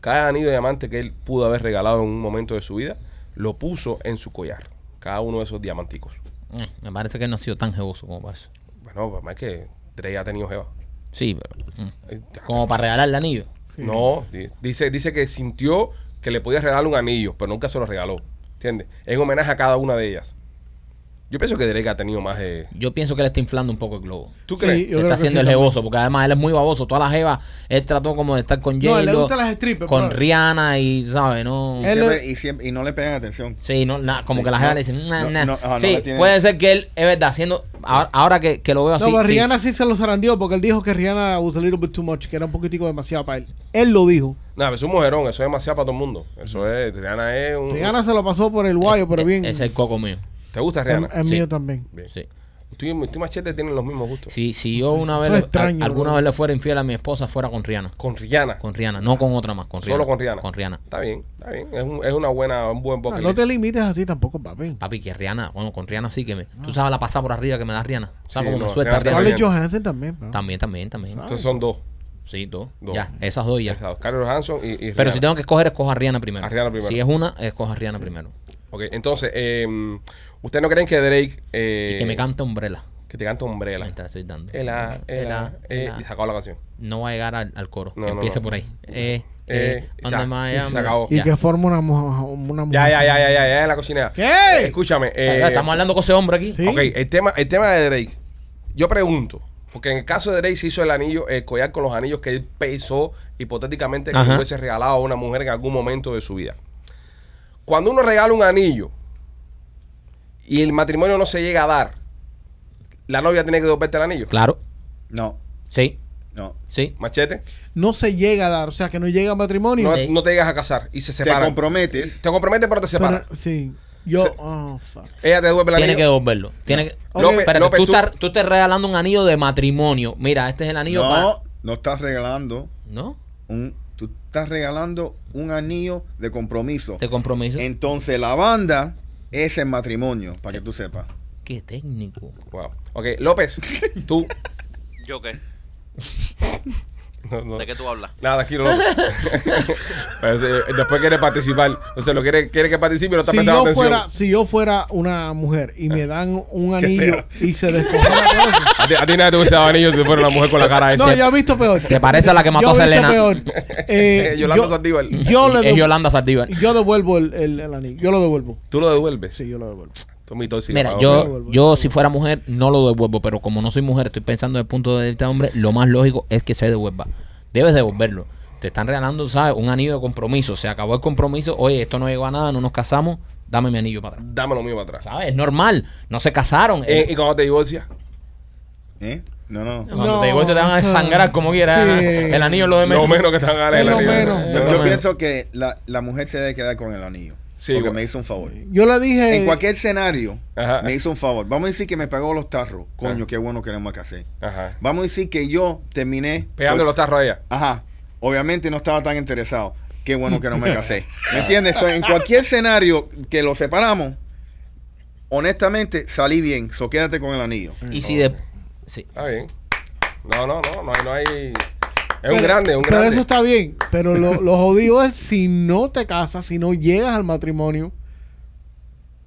S1: Cada anillo de diamante que él pudo haber regalado en un momento de su vida, lo puso en su collar. Cada uno de esos diamanticos.
S2: Eh, me parece que no ha sido tan jegoso como para eso.
S1: Bueno, pues más que Dre ha tenido jeva.
S2: Sí, pero, mm,
S1: Eh,
S2: como para regalar el anillo.
S1: No, di- dice, dice que sintió que le podía regalar un anillo, pero nunca se lo regaló. ¿Entiendes? En homenaje a cada una de ellas. Yo pienso que Drake ha tenido más de...
S2: Yo pienso que le está inflando un poco el globo.
S1: ¿Tú
S3: Sí,
S1: crees?
S3: Yo
S2: Se
S3: creo que
S2: está haciendo
S3: sí
S2: el
S3: también.
S2: jeboso, porque además él es muy baboso. Todas las jevas, él trató como de estar con
S3: No,
S2: J-Lo,
S3: le gustan las strippers,
S2: con
S3: brother.
S2: Rihanna y, ¿sabes? No.
S4: Y
S3: Él
S4: siempre-
S3: lo-
S4: y, siempre- y no le pegan atención.
S2: Sí, no, na- como
S4: Sí,
S2: que las
S4: no,
S2: jevas le dicen, nah,
S4: no,
S2: nah.
S4: no,
S1: ah,
S4: ajá, no
S2: sí,
S4: la tienen.
S2: puede ser que él, es verdad, haciendo. Ahora, ahora que, que lo veo así.
S3: no, pero
S2: sí.
S3: Rihanna sí se lo zarandió porque él dijo que Rihanna was a little bit too much, que era un poquitico demasiado para él. Él lo dijo.
S1: No, pero es un mujerón, eso es demasiado para todo el mundo. Eso es, Rihanna es un...
S3: Rihanna se lo pasó por el guayo,
S2: Es-
S3: pero bien.
S2: Es el coco mío.
S1: ¿Te gusta
S3: es,
S1: Rihanna?
S3: es
S2: sí.
S3: mío también.
S1: Bien.
S2: Sí.
S1: Tú, y- tú y Machete tienen los mismos gustos.
S2: Si, si yo una vez,
S3: Eso es
S2: le-
S3: extraño,
S2: a- alguna
S3: bro.
S2: vez le fuera infiel a mi esposa, fuera con Rihanna.
S1: Con Rihanna.
S2: Con Rihanna, no con otra más. Con
S1: Solo con Rihanna.
S2: Con Rihanna.
S1: Está bien, está bien. Es, un- es una buena, un buen
S3: Ah,
S1: bucket
S3: no te
S1: list.
S3: limites así tampoco, papi.
S2: Papi, que Rihanna, bueno, con Rihanna sí que me. Tú sabes la pasada por arriba que me da Rihanna. ¿Sabes
S1: Sí,
S2: cómo
S1: no,
S2: me suelta
S1: Rihanna-
S2: Rihanna?
S3: Scarlett
S1: bien.
S3: Johansson también. bro.
S2: También, también, también.
S3: Ah.
S1: Entonces son dos.
S2: Sí, dos.
S1: Dos.
S2: Ya, esas dos ya.
S1: Esas dos, Carlos Hanson y, y Rihanna.
S2: Pero si tengo que escoger, escojo a Rihanna primero.
S1: A Rihanna primero.
S2: Si es una, escojo a Rihanna primero.
S1: Ok, entonces, eh, ¿ustedes no creen que Drake... eh,
S2: y que me cante Umbrella.
S1: Que te canta Umbrella.
S2: Ahí está, estoy dando.
S1: Ela, ela, eh,
S2: ela.
S1: y se acabó la canción.
S2: No va a llegar al, al coro.
S1: No,
S2: que
S1: no,
S2: empiece
S1: no.
S2: por ahí. Eh,
S1: Eh,
S2: eh,
S1: ya,
S2: donde
S1: sí,
S2: Miami-
S1: se acabó.
S3: Y
S2: Ya.
S3: que forma una mujer. Una mujer
S1: Ya, ya, ya, ya, ya, ya en la cocinera.
S3: ¿Qué?
S1: Eh, escúchame. eh,
S2: Eh, Estamos hablando con ese hombre aquí.
S3: Sí.
S1: Ok, el tema, el tema de Drake. Yo pregunto, porque en el caso de Drake se hizo el anillo, el collar con los anillos que él pensó hipotéticamente que
S2: Ajá.
S1: hubiese regalado a una mujer en algún momento de su vida. Cuando uno regala un anillo y el matrimonio no se llega a dar, la novia tiene que devolverte el anillo.
S2: Claro.
S4: No,
S2: Sí,
S4: no.
S2: sí.
S1: Machete.
S3: No se llega a dar, o sea, que no llega a matrimonio.
S1: No,
S2: Sí.
S1: no te llegas a casar y se
S4: Te
S1: separan.
S4: comprometes.
S1: Te comprometes, pero te
S3: Pero-
S1: separan.
S3: sí. Yo,
S1: Se-
S3: oh, fuck.
S1: Ella te devuelve el
S2: Tiene que
S1: anillo.
S2: devolverlo. Tiene que...
S3: Ok.
S1: López-
S2: Espérate,
S1: López,
S2: tú,
S1: tú-
S2: estás, tú estás regalando un anillo de matrimonio. Mira, este es el anillo para...
S4: No, no estás regalando
S2: ¿No?
S4: un, tú estás regalando un anillo de compromiso.
S2: Te compromiso.
S4: Entonces la banda es el matrimonio, para que tú sepas.
S2: Qué técnico.
S1: Wow. Ok, López, tú.
S5: ¿Yo qué?
S1: No, no.
S5: ¿De qué tú hablas?
S1: Nada, tranquilo, López. Pues, eh, Después quiere participar. O sea, lo quiere, quiere que participe y no está
S3: Si
S1: prestando
S3: yo,
S1: atención. Ah.
S3: fuera, si yo fuera una mujer y me dan un
S4: Qué
S3: anillo
S4: feo.
S3: y se descojona la cabeza.
S1: A ti, a ti nadie te hubiese dado anillo si fuera una mujer con la cara esa.
S3: No, yo he visto peor.
S2: Te parece a la que mató
S3: Yo
S2: a
S3: he visto
S2: Selena.
S3: peor. Eh,
S1: Yolanda
S3: yo-
S1: Saldívar.
S3: Yo, le
S2: Es
S3: devu-
S2: Yolanda Saldívar.
S3: yo devuelvo el, el- el anillo. Yo lo devuelvo.
S1: Tú lo devuelves.
S3: Sí, yo lo devuelvo.
S1: Tú mi tóxico,
S2: Mira,
S1: Pablo.
S2: yo,
S3: devuelvo,
S2: yo si fuera mujer no lo devuelvo, pero como no soy mujer, estoy pensando desde el punto de vista de hombre, lo más lógico es que se devuelva. Debes devolverlo. Te están regalando, ¿sabes? Un anillo de compromiso. Se acabó el compromiso. Oye, esto no llegó a nada, no nos casamos. Dame mi anillo para atrás.
S1: Dame lo mío para atrás.
S2: ¿Sabes? Es normal. No se casaron.
S1: Eh, ¿Y cuando te divorcias?
S4: ¿Eh? No, no.
S2: Cuando
S3: No.
S2: te divorcias te van a sangrar como quieras.
S3: Sí.
S2: El anillo lo de
S1: Lo menos que están
S3: Es
S1: ganando.
S3: lo menos.
S4: Yo, yo pienso que la, la mujer se debe quedar con el anillo.
S1: Sí, Ah,
S4: porque
S1: igual.
S4: me hizo un favor.
S3: Yo le dije.
S4: En cualquier escenario,
S1: Ajá.
S4: me hizo un favor. Vamos a decir que me pagó los tarros. Coño, qué bueno que no me casé.
S1: Ajá.
S4: Vamos a decir que yo terminé.
S1: Pegando los tarros a ella.
S4: Ajá. Obviamente no estaba tan interesado. Qué bueno que no me casé. ¿Me entiendes? So, en cualquier escenario que lo separamos, honestamente salí bien. So quédate con el anillo.
S2: Y si de... Sí.
S1: Está bien. No, no, no, no hay. No hay... Es
S3: pero-
S1: un grande, es un
S3: Pero
S1: grande.
S3: eso está bien. Pero lo, lo jodido es si no te casas, si no llegas al matrimonio.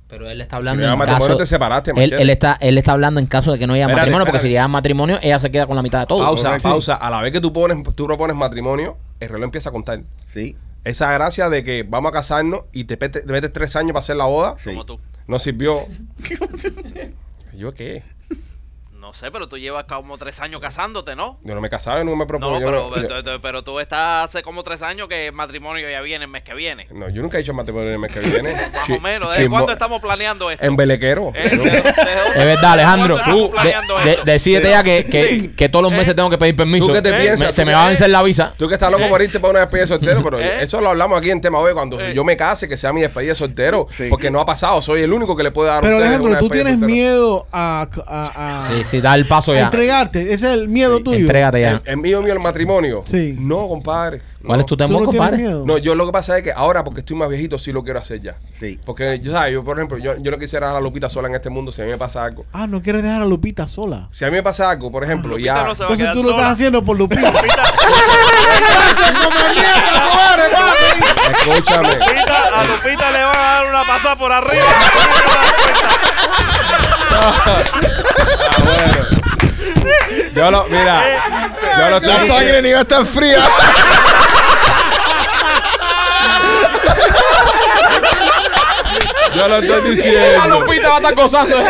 S2: Pero él está
S1: Si
S2: hablando
S1: me llama
S2: en
S1: matrimonio,
S2: caso...
S1: te separaste,
S2: él,
S1: machete.
S2: él está, él está hablando en caso de que no haya
S1: Espérate,
S2: matrimonio, porque
S1: espérate.
S2: si llega matrimonio, ella se queda con la mitad de todo.
S1: Pausa,
S4: Correcto.
S1: pausa. A la vez que tú pones, tú propones matrimonio, el reloj empieza a contar.
S4: Sí.
S1: Esa gracia de que vamos a casarnos y te pete- te metes tres años para hacer la boda,
S4: Sí.
S5: Como tú.
S1: no sirvió. ¿Yo qué?
S5: No sé, pero tú llevas como tres años casándote, ¿no?
S1: Yo no me casaba, yo no me
S5: No,
S1: propongo. yo
S5: pero,
S1: no-
S5: pero, pero- pero tú estás hace como tres años que el matrimonio ya viene el mes que viene.
S1: No, yo nunca he hecho matrimonio en el mes que viene.
S5: Más
S1: Chi-
S5: o menos. ¿Desde
S1: chismo-
S5: cuándo estamos planeando esto?
S1: En Belequero.
S5: Eh, ¿desde- desde-
S2: Es verdad, Alejandro.
S5: ¿cuándo
S2: Tú Eh,
S5: estamos planeando
S2: de- de-
S5: esto?
S2: decídete ya que, que,
S5: Sí.
S2: que todos los meses tengo que pedir permiso.
S1: ¿Tú qué te
S2: Me-
S1: piensas?
S2: se
S1: ¿Tú
S2: me
S1: qué-
S2: va a vencer la visa.
S1: Tú que estás loco por irte para una despedida de soltero, pero
S5: ¿Eh?
S1: eso lo hablamos aquí en tema hoy, cuando
S5: Eh.
S1: yo me case, que sea mi despedida de soltero,
S4: Sí.
S1: porque no ha pasado, soy el único que le puede dar a
S3: Pero
S1: ustedes
S3: Alejandro,
S1: una
S3: tú
S1: despedida de
S3: tienes
S1: soltero.
S3: miedo a, a- a-
S2: Sí, sí, da el Eh, paso
S3: a
S2: ya.
S3: entregarte. Ese es el miedo
S4: Sí,
S3: tuyo.
S2: Entrégate ya.
S1: ¿El, el mío, mío, el matrimonio?
S3: Sí.
S1: No, compadre.
S2: ¿Cuál
S1: no.
S2: es tu
S3: ¿Tú
S2: temor,
S3: no tienes
S2: compadre?
S3: miedo?
S1: No, yo lo que pasa es que ahora, porque estoy más viejito, sí lo quiero hacer ya.
S4: Sí.
S1: Porque, yo, ¿sabes? Yo, por ejemplo, yo, yo no quisiera dejar a Lupita sola en este mundo si a mí me pasa algo.
S3: Ah, no quieres dejar a Lupita sola.
S1: Si a mí me pasa algo, por ejemplo, ya...
S5: no se va a
S3: Entonces
S5: quedar
S3: tú lo
S5: sola.
S3: estás haciendo por Lupita.
S1: Escúchame.
S5: Lupita- a Lupita le van a dar una pasada por arriba.
S1: Ah, bueno. Yo lo, mira, yo lo estoy diciendo-
S4: ni va a estar fría.
S1: Yo lo estoy diciendo.
S2: Lupita va a estar gozando. eh.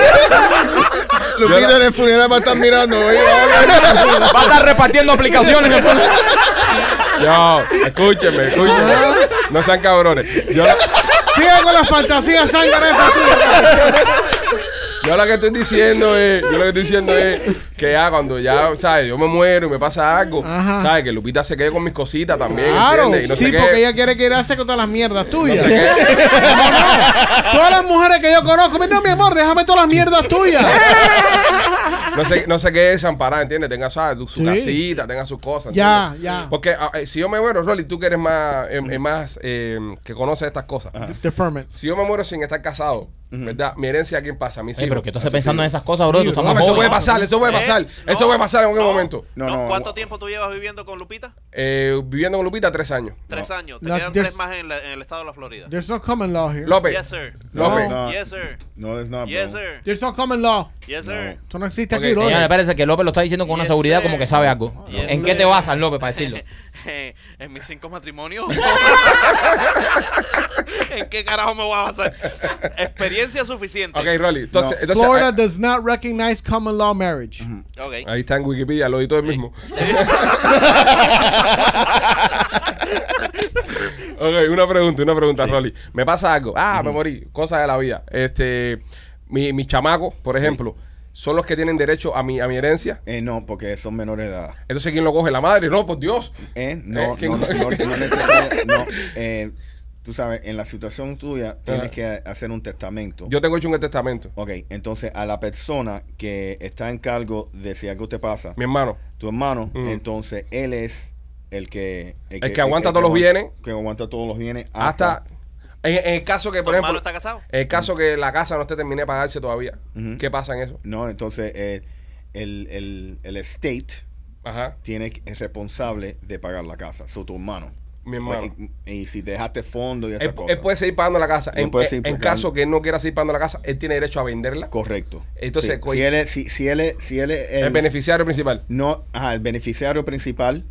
S1: Lupita en
S4: el funeral va a estar mirando.
S2: Va a estar repartiendo aplicaciones.
S1: No, escúcheme, escúcheme. No sean cabrones. Yo lo,
S3: Sigue con las fantasías sangranas
S1: yo lo que estoy diciendo es, yo lo que estoy diciendo es que ya cuando ya, ¿sabes? Yo me muero y me pasa algo,
S3: Ajá.
S1: ¿sabes? Que Lupita se quede con mis cositas también,
S3: Claro,
S1: ¿entiendes? Y no
S3: sí,
S1: sé qué.
S3: porque ella quiere quedarse con todas las mierdas tuyas. No, no. Todas las mujeres que yo conozco, no, mi amor, déjame todas las mierdas tuyas.
S1: No sé, no sé qué es amparar, ¿entiendes? Tenga ¿sabes? su, su
S3: Sí.
S1: casita, tenga sus cosas.
S3: Ya,
S1: ¿entiendes?
S3: ya.
S1: Porque ah, eh, si yo me muero, Rolly, tú que eres más, eh, eh, más eh, que conoces estas cosas.
S3: Deferment.
S1: Si yo me muero sin estar casado, ¿verdad? Mi herencia, ¿a quién pasa? A mis
S2: Eh, Pero
S1: hijos.
S2: que estás pensando en esas cosas, bro. Tú estás
S1: No,
S2: más
S1: eso
S2: joven.
S1: puede pasar, eso puede pasar.
S5: Eh,
S1: Eso
S5: no,
S1: puede pasar en algún
S5: no.
S1: momento.
S4: No,
S5: No,
S4: no.
S5: ¿Cuánto tiempo tú llevas viviendo con Lupita?
S1: Eh, viviendo con Lupita, tres años.
S5: Tres años. Te
S3: No,
S5: quedan
S3: yo-
S5: tres más en, la- en el estado de la Florida.
S3: There's no common law here.
S1: López.
S5: Yes, sir.
S1: López.
S4: No.
S5: Yes, sir.
S4: No, es nada.
S5: Yes, sir.
S3: There's no common law.
S5: Yes, sir.
S3: Eso no existe
S1: Ok,
S3: aquí, bro.
S2: Señores, espérense que López lo está diciendo con una
S5: Yes,
S2: seguridad
S5: sir.
S2: como que sabe algo.
S5: Yes,
S2: ¿En qué te
S5: sir.
S2: basas, López, para decirlo?
S5: eh, en mis cinco matrimonios. ¿En qué carajo me voy a basar? Experiencia suficiente.
S1: Ok, Rolly. Entonces,
S4: No.
S1: entonces eh,
S3: Florida
S1: ahí,
S3: does not recognize common law marriage.
S5: Ok.
S1: ahí está en Wikipedia, lo editó el mismo. ok, una pregunta, una pregunta, Rolly. Me pasa algo. Ah, me morí. Cosas de la vida. Este, mi- mis chamacos, por ejemplo, son los que tienen derecho a mi, a mi herencia.
S4: Eh, no, porque son menores de edad.
S1: Entonces, ¿quién lo coge? La madre. No, por Dios.
S4: Eh,
S1: Eh,
S4: no,
S1: ¿quién
S4: no, no,
S1: coge?
S4: no necesariamente- no, eh, tú sabes, en la situación tuya
S1: Ajá.
S4: tienes que hacer un testamento.
S1: Yo tengo hecho un testamento.
S4: Ok, entonces a la persona que está en cargo de si algo te pasa,
S1: Mi hermano.
S4: tu hermano,
S1: Mm.
S4: entonces él es el que...
S1: El que aguanta todos los
S4: aguanta-
S1: bienes.
S4: Que aguanta todos los bienes
S1: Hasta. En, en el caso que,
S5: ¿Tu
S1: por
S5: hermano
S1: ejemplo.
S5: está casado?
S1: En el caso que la casa no esté terminada de pagarse todavía.
S4: Ujú.
S1: ¿Qué pasa en eso?
S4: No, entonces eh, el, el, el estate
S1: Ajá.
S4: tiene, que- es responsable de pagar la casa, su tu hermano.
S1: Mi hermano.
S4: Pues, Y, y si dejaste fondo y
S1: Él,
S4: esas
S1: él
S4: cosas.
S1: puede seguir pagando la casa.
S4: Él
S1: En,
S4: puede
S1: en-
S4: seguir
S1: en
S4: pagando.
S1: caso que él no quiera seguir pagando la casa, él tiene derecho a venderla.
S4: Correcto.
S1: Entonces, pues,
S4: Sí.
S1: co-
S4: si él es, si, si él es, si él es
S1: El,
S4: el,
S1: beneficiario principal.
S4: no, ajá, el beneficiario principal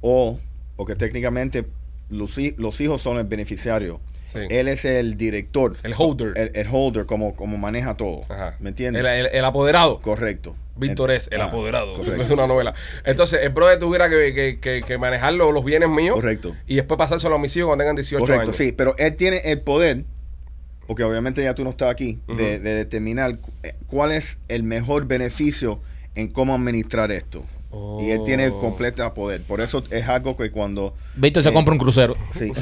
S4: o, porque técnicamente los, hi- los hijos son el beneficiario.
S1: Sí. El,
S4: Él es el director,
S1: holder.
S4: el, el holder, como, como maneja todo.
S1: Ajá.
S4: ¿Me entiendes?
S1: El, el- el apoderado.
S4: Correcto.
S1: Víctor es el
S4: Ah,
S1: apoderado.
S4: Correcto.
S1: Es una novela. Entonces, el brother tuviera que, que, que- que manejar los, los bienes míos.
S4: Correcto.
S1: Y después pasárselo a mis hijos cuando tengan 18
S4: Correcto,
S1: años.
S4: sí, pero él tiene el poder, porque obviamente ya tú no estás aquí, de,
S1: Ujú.
S4: de determinar cu- eh, cuál es el mejor beneficio en cómo administrar esto. Y él tiene el
S1: Oh.
S4: completo poder. Por eso es algo que cuando...
S2: Víctor se
S4: Eh.
S2: compra un crucero.
S4: Sí,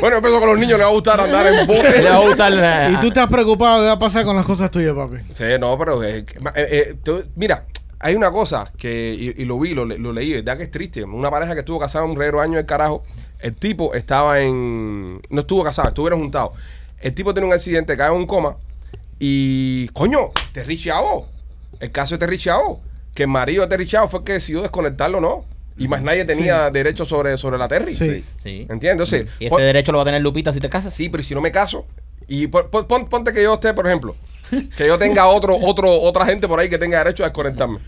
S1: Bueno, yo pienso que a los niños les va a gustar andar en bote.
S2: Le va a gustar eh, ah, la-
S3: Y tú estás preocupado de qué va a pasar con las cosas tuyas, papi.
S1: Sí, no, pero eh, que- ma- eh, eh, tú- mira, hay una cosa que, y, y lo vi, lo, le- lo leí, ¿verdad que es triste? Una pareja que estuvo casada un rero año del carajo, el tipo estaba en. No estuvo casado, estuvieron juntados. El tipo tiene un accidente, cae en un coma y. ¡Coño! Te richeado. El caso de Terrichao. Que el marido de Terrichao fue el que decidió desconectarlo, ¿no? Y más nadie tenía derecho sobre, sobre la Terry.
S3: Sí.
S2: Sí.
S1: ¿Entiendes? Entonces, pues,
S2: Y ese
S1: pon-
S2: derecho lo va a tener Lupita si te casas.
S1: sí, pero ¿y si no me caso. Y pon- pon- pon- ponte que yo esté, por ejemplo, que yo tenga otro, otro, otra gente por ahí que tenga derecho a desconectarme.
S3: Te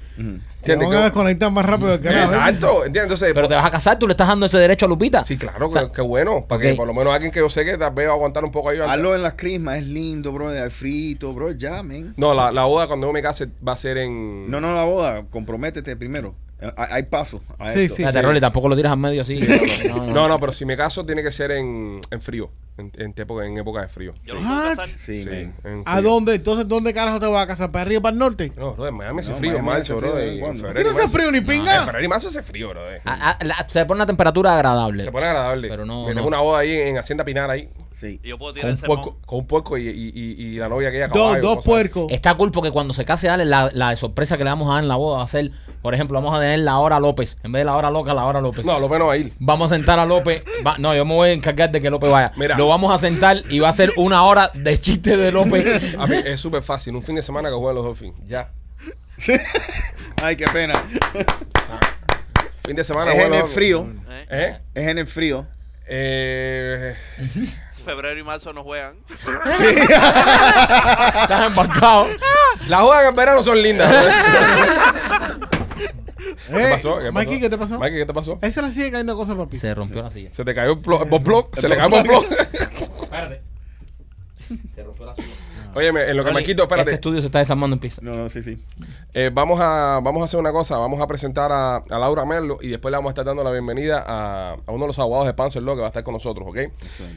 S1: ¿Entiendes?
S3: van a
S1: Que-
S3: desconectar ¿eh? más rápido del carajo.
S1: Exacto, ¿entiendes? Entonces, pues,
S2: Pero te vas a casar, tú le estás dando ese derecho a Lupita.
S1: sí, claro,
S2: O sea,
S1: que, que bueno, para
S2: ok.
S1: que por lo menos alguien que yo sé que tal vez va a aguantar un poco ahí. antes.
S4: hazlo en las crismas, es lindo, bro, al frito, bro, ya, men.
S1: No, la, la boda cuando yo me case va a ser en...
S4: No, no, la boda, comprométete primero. Eh, Hay, hay pasos. a
S3: Sí,
S4: esto.
S3: sí.
S2: la terror y tampoco lo tiras al medio así. No, no.
S1: No, no, pero si me caso tiene que ser en, en frío, en, en época, en época de frío.
S5: Yo lo puedo
S3: What?
S5: casar.
S4: Sí,
S1: Sí, eh.
S4: men.
S1: en
S3: ¿A
S1: frío.
S3: dónde? Entonces, ¿dónde carajo te vas a casar? ¿Para arriba o para el norte?
S1: No, brother, en Miami hace
S4: No,
S1: frío, en
S4: Miami hace
S1: marzo,
S4: frío,
S1: brother,
S4: ¿eh?
S1: y en
S4: ¿Cuándo?
S3: Aquí
S1: febrero
S3: no
S1: y
S3: hace
S1: marzo.
S3: frío ni
S1: En
S3: pinga.
S1: febrero y marzo hace frío, brother.
S2: A- a- la- se pone una temperatura agradable.
S1: Se pone agradable.
S2: Pero
S1: Pero
S2: no,
S1: no.
S2: no.
S1: una boda ahí en Hacienda Pinar ahí.
S4: Sí.
S5: Y Yo puedo
S1: Con
S5: tirar
S1: un,
S5: el
S1: puerco,
S5: sermón.
S1: con un puerco y, y, y, y la novia que ella
S3: Dos, dos puercos.
S2: Está cool porque cuando se case Ale, la, la sorpresa que le vamos a dar en la boda va a ser, por ejemplo, vamos a tener la hora López. En vez de la hora loca, la hora López.
S1: No, lo menos va a ir.
S2: Vamos a sentar a López. Va- no, yo me voy a encargar de que López vaya.
S1: Mira.
S2: Lo vamos a sentar y va a ser una hora de chiste de López.
S1: A mí es súper fácil. Un fin de semana que juegan los Dolphins. Ya.
S4: Ay, qué pena.
S1: Fin de semana
S4: Es
S1: juegan
S4: en el
S1: los Dolphins.
S4: frío.
S5: ¿eh?
S1: ¿Eh?
S4: Es en el frío.
S1: Eh,
S5: Febrero y marzo no juegan.
S2: Estás embarcado.
S1: las juegas en verano son lindas. ¿Qué
S3: Eh,
S1: pasó? ¿Qué pasó?
S3: Mikey, ¿qué te pasó? Eh.
S1: Mikey, ¿qué te pasó?
S3: Ese le sigue cayendo cosas, papi.
S2: Se rompió la silla.
S1: Se te cayó el blog. se le cayó el blog.
S2: Espérate. Se rompió la silla.
S1: Óyeme, en lo que me quito,
S2: Este
S1: espérate.
S2: estudio se está desarmando en piso.
S4: No, no, sí, sí.
S1: Eh, vamos, a, vamos a hacer una cosa. Vamos a presentar a, a Laura Merlo y después le vamos a estar dando la bienvenida a, a uno de los abogados de Panzer Law que va a estar con nosotros, ¿ok?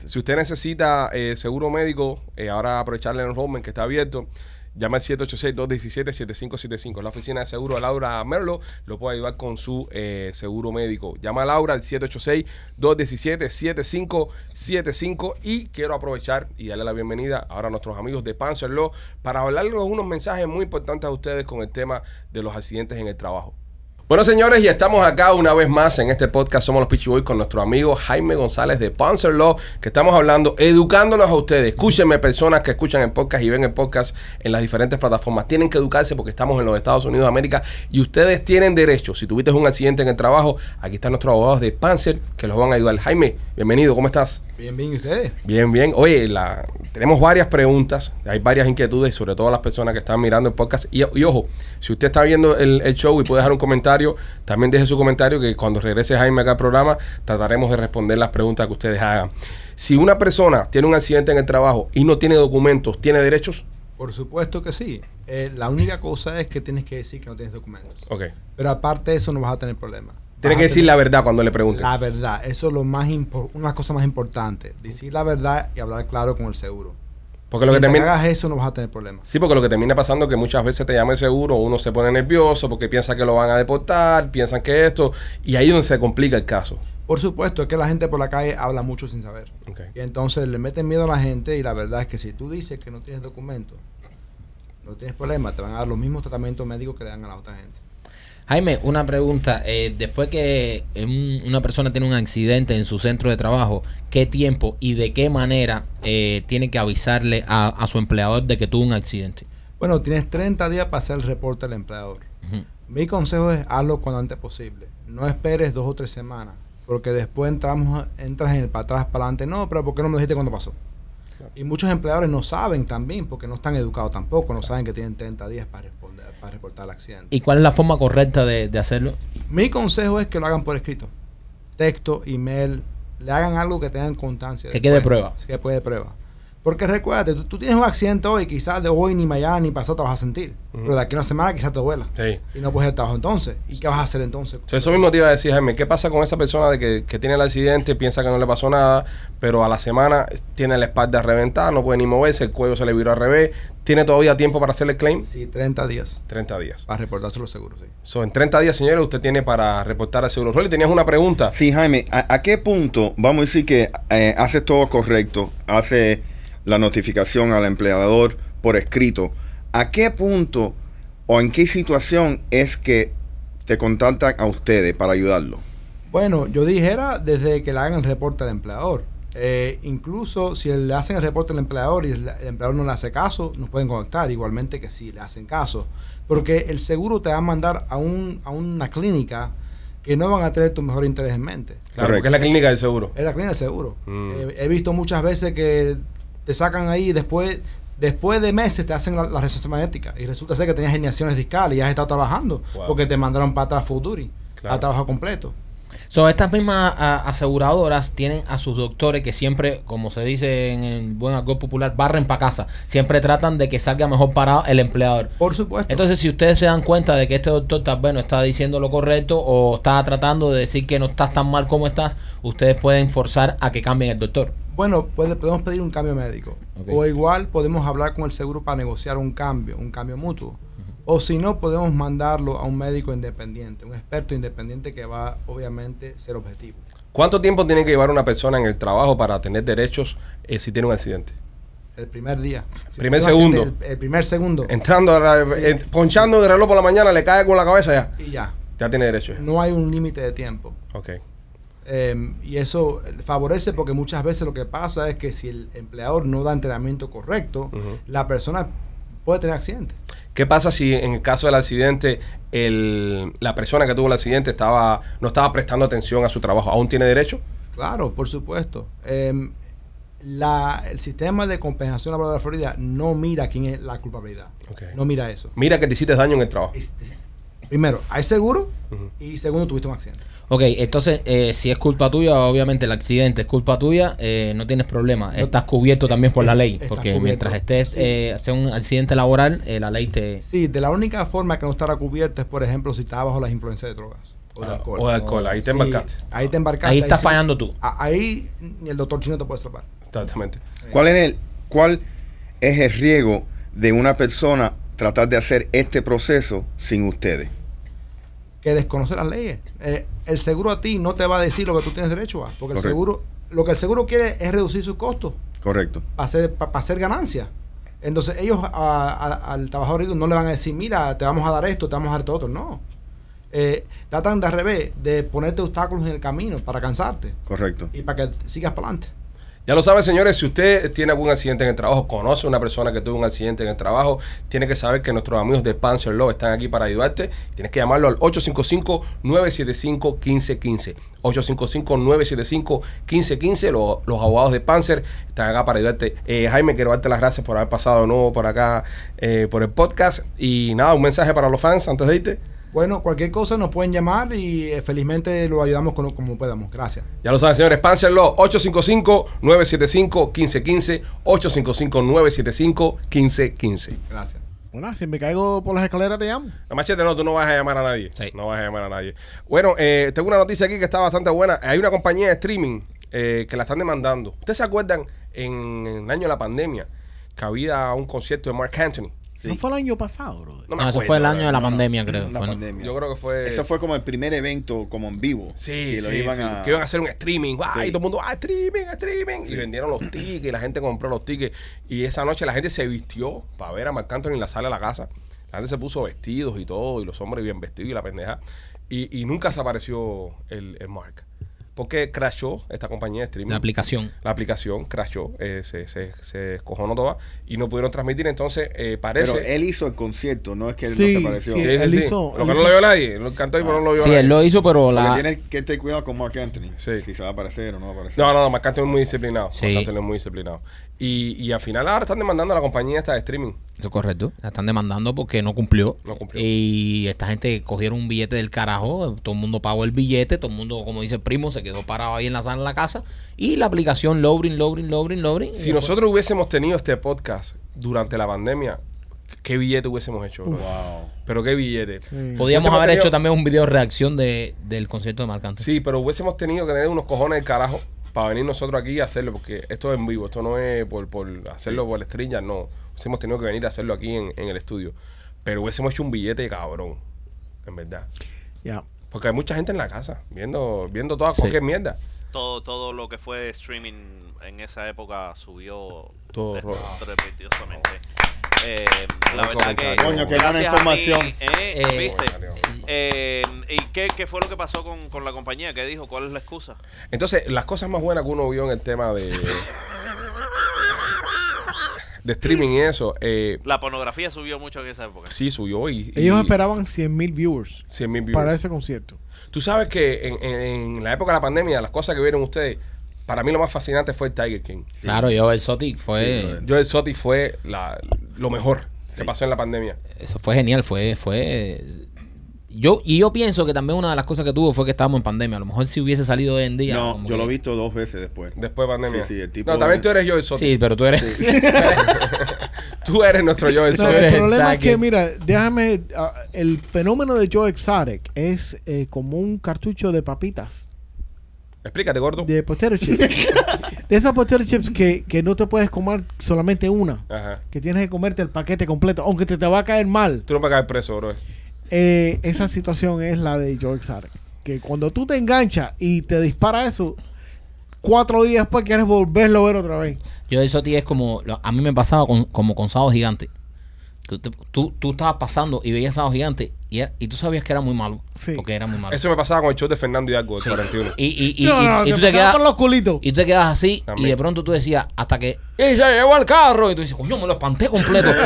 S1: Si usted necesita eh, seguro médico, eh, ahora aprovecharle el enrollment que está abierto. Llama al 786-217-7575. La oficina de seguro de Laura Merlo lo puede ayudar con su eh, seguro médico. Llama a Laura al 786-217-7575. Y quiero aprovechar y darle la bienvenida ahora a nuestros amigos de Panzer Law para hablarles unos mensajes muy importantes a ustedes con el tema de los accidentes en el trabajo. Bueno, señores, y estamos acá una vez más en este podcast Somos los Peachy Boys con nuestro amigo Jaime González de Panzer Law, que estamos hablando, educándolos a ustedes. Escúchenme, personas que escuchan el podcast y ven el podcast en las diferentes plataformas. Tienen que educarse porque estamos en los Estados Unidos de América y ustedes tienen derecho. Si tuviste un accidente en el trabajo, aquí están nuestros abogados de Panzer que los van a ayudar. Jaime, bienvenido, ¿cómo estás?
S6: Bien, bien, ¿y ustedes?
S1: Bien, bien. Oye, la, tenemos varias preguntas, hay varias inquietudes, sobre todo las personas que están mirando el podcast. Y, y ojo, si usted está viendo el, el show y puede dejar un comentario, también deje su comentario que cuando regrese Jaime acá al programa trataremos de responder las preguntas que ustedes hagan. Si una persona tiene un accidente en el trabajo y no tiene documentos, ¿tiene derechos?
S6: Por supuesto que sí. Eh, la única cosa es que tienes que decir que no tienes documentos.
S1: Ok.
S6: Pero aparte de eso no vas a tener problema.
S1: Tiene
S6: Vas
S1: que
S6: a
S1: decir
S6: tener-
S1: la verdad cuando le pregunten.
S6: la verdad. Eso es lo más impor- una de las cosas más importantes. Decir la verdad y hablar claro con el seguro.
S1: Porque lo que
S6: Mientras
S1: termina...
S6: hagas eso no vas a tener problemas.
S1: Sí, porque lo que termina pasando es que muchas veces te llama el seguro, uno se pone nervioso porque piensa que lo van a deportar, piensan que esto, y ahí es donde se complica el caso.
S6: Por supuesto, es que la gente por la calle habla mucho sin saber.
S1: Ok.
S6: Y entonces le meten miedo a la gente y la verdad es que si tú dices que no tienes documento, no tienes problema, te van a dar los mismos tratamientos médicos que le dan a la otra gente.
S2: Jaime, una pregunta. Eh, después que eh, un- una persona tiene un accidente en su centro de trabajo, ¿qué tiempo y de qué manera eh, tiene que avisarle a, a su empleador de que tuvo un accidente?
S6: Bueno, tienes 30 días para hacer el reporte al empleador.
S2: Ujú.
S6: Mi consejo es hazlo cuanto antes posible. No esperes dos o tres semanas, porque después entramos, entras en el para atrás, para adelante. No, pero ¿por qué no me dijiste cuándo pasó? Y muchos empleadores no saben también, porque no están educados tampoco, no saben que tienen 30 días para, responder, para reportar el accidente.
S2: ¿Y cuál es la forma correcta de, de hacerlo?
S6: Mi consejo es que lo hagan por escrito. Texto, email, le hagan algo que tengan constancia.
S2: Que quede
S6: después.
S2: prueba.
S6: Sí, Que quede prueba. Porque recuérdate, tú, tú tienes un accidente hoy, quizás de hoy ni mañana ni pasado te vas a sentir.
S1: Ujú.
S6: Pero de aquí a una semana quizás te duela.
S1: Sí.
S6: Y no puedes ir al trabajo entonces. ¿Y qué vas a hacer entonces?
S1: So, eso mismo te iba a decir, Jaime, ¿qué pasa con esa persona de que, que tiene el accidente, piensa que no le pasó nada, pero a la semana tiene la espalda reventada, no puede ni moverse, el cuello se le viró al revés, tiene todavía tiempo para hacer el claim?
S6: Sí, 30 días
S1: 30 días.
S6: para reportarse los seguros, sí.
S1: So, en 30 días, señores, usted tiene para reportar al seguro. Rolly, tenías una pregunta.
S4: Sí, Jaime, ¿a, a qué punto vamos a decir que eh, hace todo correcto, hace la notificación al empleador por escrito? ¿A qué punto o en qué situación es que te contactan a ustedes para ayudarlo?
S6: Bueno, yo dijera desde que le hagan el reporte al empleador. Eh, incluso si le hacen el reporte al empleador y el, el empleador no le hace caso, nos pueden contactar, igualmente que si le hacen caso. Porque el seguro te va a mandar a, un, a una clínica que no van a tener tu mejor interés en mente.
S1: Claro,
S4: Correcto.
S1: porque es la clínica del seguro.
S6: Es la clínica del seguro.
S1: Mm.
S6: Eh, he visto muchas veces que te sacan ahí y después, después de meses te hacen la, la resonancia magnética y resulta ser que tenías generaciones discales y has estado trabajando
S1: Wow.
S6: porque te mandaron para atrás full duty,
S1: Claro.
S6: a trabajo completo.
S2: So, estas mismas a- aseguradoras tienen a sus doctores que siempre, como se dice en el buen argot popular, barren para casa. Siempre tratan de que salga mejor parado el empleador.
S6: Por supuesto.
S2: Entonces, si ustedes se dan cuenta de que este doctor tal vez no está diciendo lo correcto o está tratando de decir que no estás tan mal como estás, ustedes pueden forzar a que cambien el doctor.
S6: Bueno, puede- podemos pedir un cambio médico.
S2: Ok.
S6: O igual podemos hablar con el seguro para negociar un cambio, un cambio mutuo. O si no, podemos mandarlo a un médico independiente, un experto independiente que va obviamente ser objetivo.
S1: ¿Cuánto tiempo tiene que llevar una persona en el trabajo para tener derechos eh, si tiene un accidente?
S6: El primer día.
S1: Primer
S6: tú vas a
S1: segundo.
S6: sentir El, el primer segundo.
S1: Entrando, a la- eh, ponchando en el reloj por la mañana, le cae con la cabeza ya.
S6: y ya.
S1: Ya tiene derechos.
S6: No hay un límite de tiempo.
S1: Ok.
S6: Eh, y eso favorece porque muchas veces lo que pasa es que si el empleador no da entrenamiento correcto,
S1: Ujú.
S6: la persona puede tener accidentes.
S1: ¿Qué pasa si en el caso del accidente el- la persona que tuvo el accidente estaba no estaba prestando atención a su trabajo? ¿Aún tiene derecho?
S6: Claro, por supuesto. Eh, la- el sistema de compensación laboral de la Florida no mira quién es la culpabilidad.
S1: Ok.
S6: No mira eso.
S1: Mira que te hiciste daño en el trabajo.
S6: Este- Primero, hay seguro
S1: Ujú.
S6: y segundo, tuviste un accidente.
S2: Ok, entonces, eh, si es culpa tuya, obviamente el accidente es culpa tuya, eh, no tienes problema. estás cubierto también por la ley,
S6: estás
S2: porque
S6: cubierto.
S2: mientras estés,
S6: Sí.
S2: eh, sea un accidente laboral, eh, la ley te...
S6: Sí, de la única forma que no estará cubierta es, por ejemplo, si estás bajo las influencias de drogas o de
S1: Ah,
S6: alcohol.
S1: O de alcohol. Ahí te
S6: Sí,
S1: embarcaste.
S6: ahí te embarcaste.
S2: Ahí estás
S6: sí.
S2: fallando tú.
S6: A- Ahí ni el doctor chino te puede salvar.
S1: Exactamente.
S4: ¿Cuál es el cuál es el riesgo de una persona tratar de hacer este proceso sin ustedes?
S6: que desconoce las leyes. Eh, el seguro a ti no te va a decir lo que tú tienes derecho a, porque el
S4: Correcto.
S6: seguro, lo que el seguro quiere es reducir sus costos
S4: Correcto.
S6: para hacer, pa- pa hacer ganancias. Entonces ellos a- a- al trabajador herido no le van a decir, mira, te vamos a dar esto, te vamos a dar esto otro. No. Eh, tratan de al revés, de ponerte obstáculos en el camino para cansarte
S4: Correcto.
S6: y para que sigas para adelante.
S1: Ya lo saben, señores, si usted tiene algún accidente en el trabajo, conoce a una persona que tuvo un accidente en el trabajo, tiene que saber que nuestros amigos de Panzer Law están aquí para ayudarte. Tienes que llamarlo al 855-975-1515. 855-975-1515. Lo- los abogados de Panzer están acá para ayudarte. Eh, Jaime, quiero darte las gracias por haber pasado de nuevo por acá, eh, por el podcast. Y nada, un mensaje para los fans antes de irte.
S6: Bueno, cualquier cosa nos pueden llamar y eh, felizmente lo ayudamos con lo- como podamos. Gracias.
S1: Ya lo saben, señores, Panzerlo 855-975-1515, 855-975-1515.
S6: Gracias.
S3: Bueno, si me caigo por las escaleras te llamo.
S1: No, Machete, no, tú no vas a llamar a nadie.
S2: Sí.
S1: No vas a llamar a nadie. Bueno, eh, tengo una noticia aquí que está bastante buena. Hay una compañía de streaming eh, que la están demandando. ¿Ustedes se acuerdan en, el año de la pandemia que había un concierto de Mark Anthony?
S4: Sí.
S3: No fue el año pasado, brother.
S1: No me
S2: No, Ah, eso
S1: acuerdo,
S2: fue el año de la
S1: ¿verdad?
S2: pandemia, creo.
S4: La
S2: Fue, ¿no?
S4: pandemia.
S1: Yo creo que fue...
S4: Eso fue como el primer evento como en vivo.
S1: Sí,
S4: que lo
S1: sí,
S4: iban
S1: sí,
S4: a-
S1: que iban a hacer un streaming. ¡Ay!
S4: Sí.
S1: Todo el mundo, ¡ah, streaming, streaming! Y vendieron los tickets, y la gente compró los tickets. Y esa noche la gente se vistió para ver a Marc Anthony en la sala de la casa. La gente se puso vestidos y todo, y los hombres bien vestidos y la pendeja. Y, y nunca se apareció el, el Mark. Porque crashó esta compañía de streaming.
S2: La aplicación.
S1: La aplicación crashó, eh, se, se, se descojonó toda y no pudieron transmitir. Entonces, eh, parece.
S4: Pero él hizo el concierto, no es que él
S3: Sí,
S4: no se apareció.
S3: sí,
S1: Sí, sí,
S3: él
S1: sí.
S3: hizo-
S1: Lo que
S3: él
S1: no
S3: hizo-
S1: lo vio nadie. Lo cantó
S4: Ah.
S1: y pero no lo vio
S2: Sí,
S1: nadie.
S2: él lo hizo, pero
S4: Porque
S2: la...
S4: tienes que tener cuidado con Mark Anthony.
S1: Sí.
S4: Si se va a aparecer o no va a aparecer.
S1: No, no, no, Marc Anthony es muy disciplinado.
S2: Sí.
S1: Marc Anthony es muy disciplinado. Y, y al final ahora están demandando a la compañía esta de streaming.
S2: Eso es correcto. La están demandando porque no cumplió.
S1: No cumplió.
S2: Y esta gente cogieron un billete del carajo. Todo el mundo pagó el billete. Todo el mundo, como dice el primo, se quedó parado ahí en la sala de la casa. Y la aplicación Lowrin, Lowrin, Lowrin, Lowrin.
S1: Si nosotros hubiésemos tenido este podcast durante la pandemia, qué billete hubiésemos hecho. bro.
S4: Wow.
S1: Pero qué billete. Sí.
S2: Podíamos
S1: Hubiésemos
S2: haber
S1: tenido-
S2: hecho también un video de reacción de, del concierto de Marc Anthony.
S1: pero hubiésemos tenido que tener unos cojones del carajo para venir nosotros aquí a hacerlo, porque esto es en vivo, esto no es por, por hacerlo por estrella, no. Hubiésemos tenido que venir a hacerlo aquí en, en el estudio. Pero hubiésemos hecho un billete cabrón, en verdad.
S3: Ya.
S1: Porque hay mucha gente en la casa viendo, viendo toda cualquier mierda.
S5: Todo, todo lo que fue streaming en esa época subió
S1: Todo,
S5: de-
S1: Robert.
S5: estrepitosamente. Eh, la
S1: Buen
S5: verdad que.
S1: comentario. Coño, qué
S4: buena
S5: gracias a
S4: información.
S5: mí, eh,
S2: Eh,
S5: ¿Viste?
S1: Comentario.
S5: Eh, ¿Y qué, qué fue lo que pasó con, con la compañía? ¿Qué dijo? ¿Cuál es la excusa?
S1: Entonces, las cosas más buenas que uno vio en el tema de. de streaming y eso, eh,
S5: La pornografía subió mucho en esa época.
S1: sí subió y.
S3: Ellos esperaban 100 mil viewers
S1: 100 mil
S3: para
S1: views.
S3: ese concierto.
S1: Tú sabes que en, en- en la época de la pandemia, las cosas que vieron ustedes, para mí lo más fascinante fue el Tiger King.
S2: Claro, yo, el Sotic
S4: Sí,
S2: fue.
S4: brother.
S1: Joel Sotti fue la, lo mejor que pasó en la pandemia.
S2: eso fue genial. Fue. fue yo, y yo pienso que también una de las cosas que tuvo fue que estábamos en pandemia. A lo mejor si hubiese salido hoy en día.
S4: No,
S2: como
S4: yo
S2: que-
S4: lo he visto dos veces después.
S1: Después de pandemia.
S4: Sí, sí, el tipo-
S1: no, también tú eres Joel Sotti.
S2: Sí, pero tú eres.
S1: Tú eres nuestro Joel
S3: No, eh.
S1: Sotti.
S3: el
S2: es
S3: problema es
S2: Target.
S3: que, mira, déjame. ah, el fenómeno de Joe Exotic es eh, como un cartucho de papitas,
S1: Explícate, gordo.
S3: de potato chips. de esas potato chips que, que no te puedes comer solamente una,
S1: Ajá.
S3: que tienes que comerte el paquete completo, aunque te, te va a caer mal.
S1: Tú no me caes preso, bro.
S3: Eh, esa situación es la de Joe Exotic. Que cuando tú te enganchas y te dispara eso, cuatro días después quieres volverlo a ver otra vez.
S2: Yo de Soti es como, lo- a mí me pasaba con, como con Sábado Gigante. Tú, te- tú, tú estabas pasando y veías Sábado Gigante y, era- y tú sabías que era muy malo.
S3: Sí.
S2: Porque era muy malo.
S1: Eso me pasaba con el show de Fernando Hidalgo, del 41.
S2: Y, y, y,
S3: No,
S2: y-
S3: no,
S2: y
S3: te
S2: tú te
S3: pasaba
S2: quedas,
S3: por los culitos.
S2: y tú te quedas así y
S1: También.
S2: de pronto tú decías, hasta que ¡Y se llevó el carro! Y tú dices, coño, me lo espanté completo. De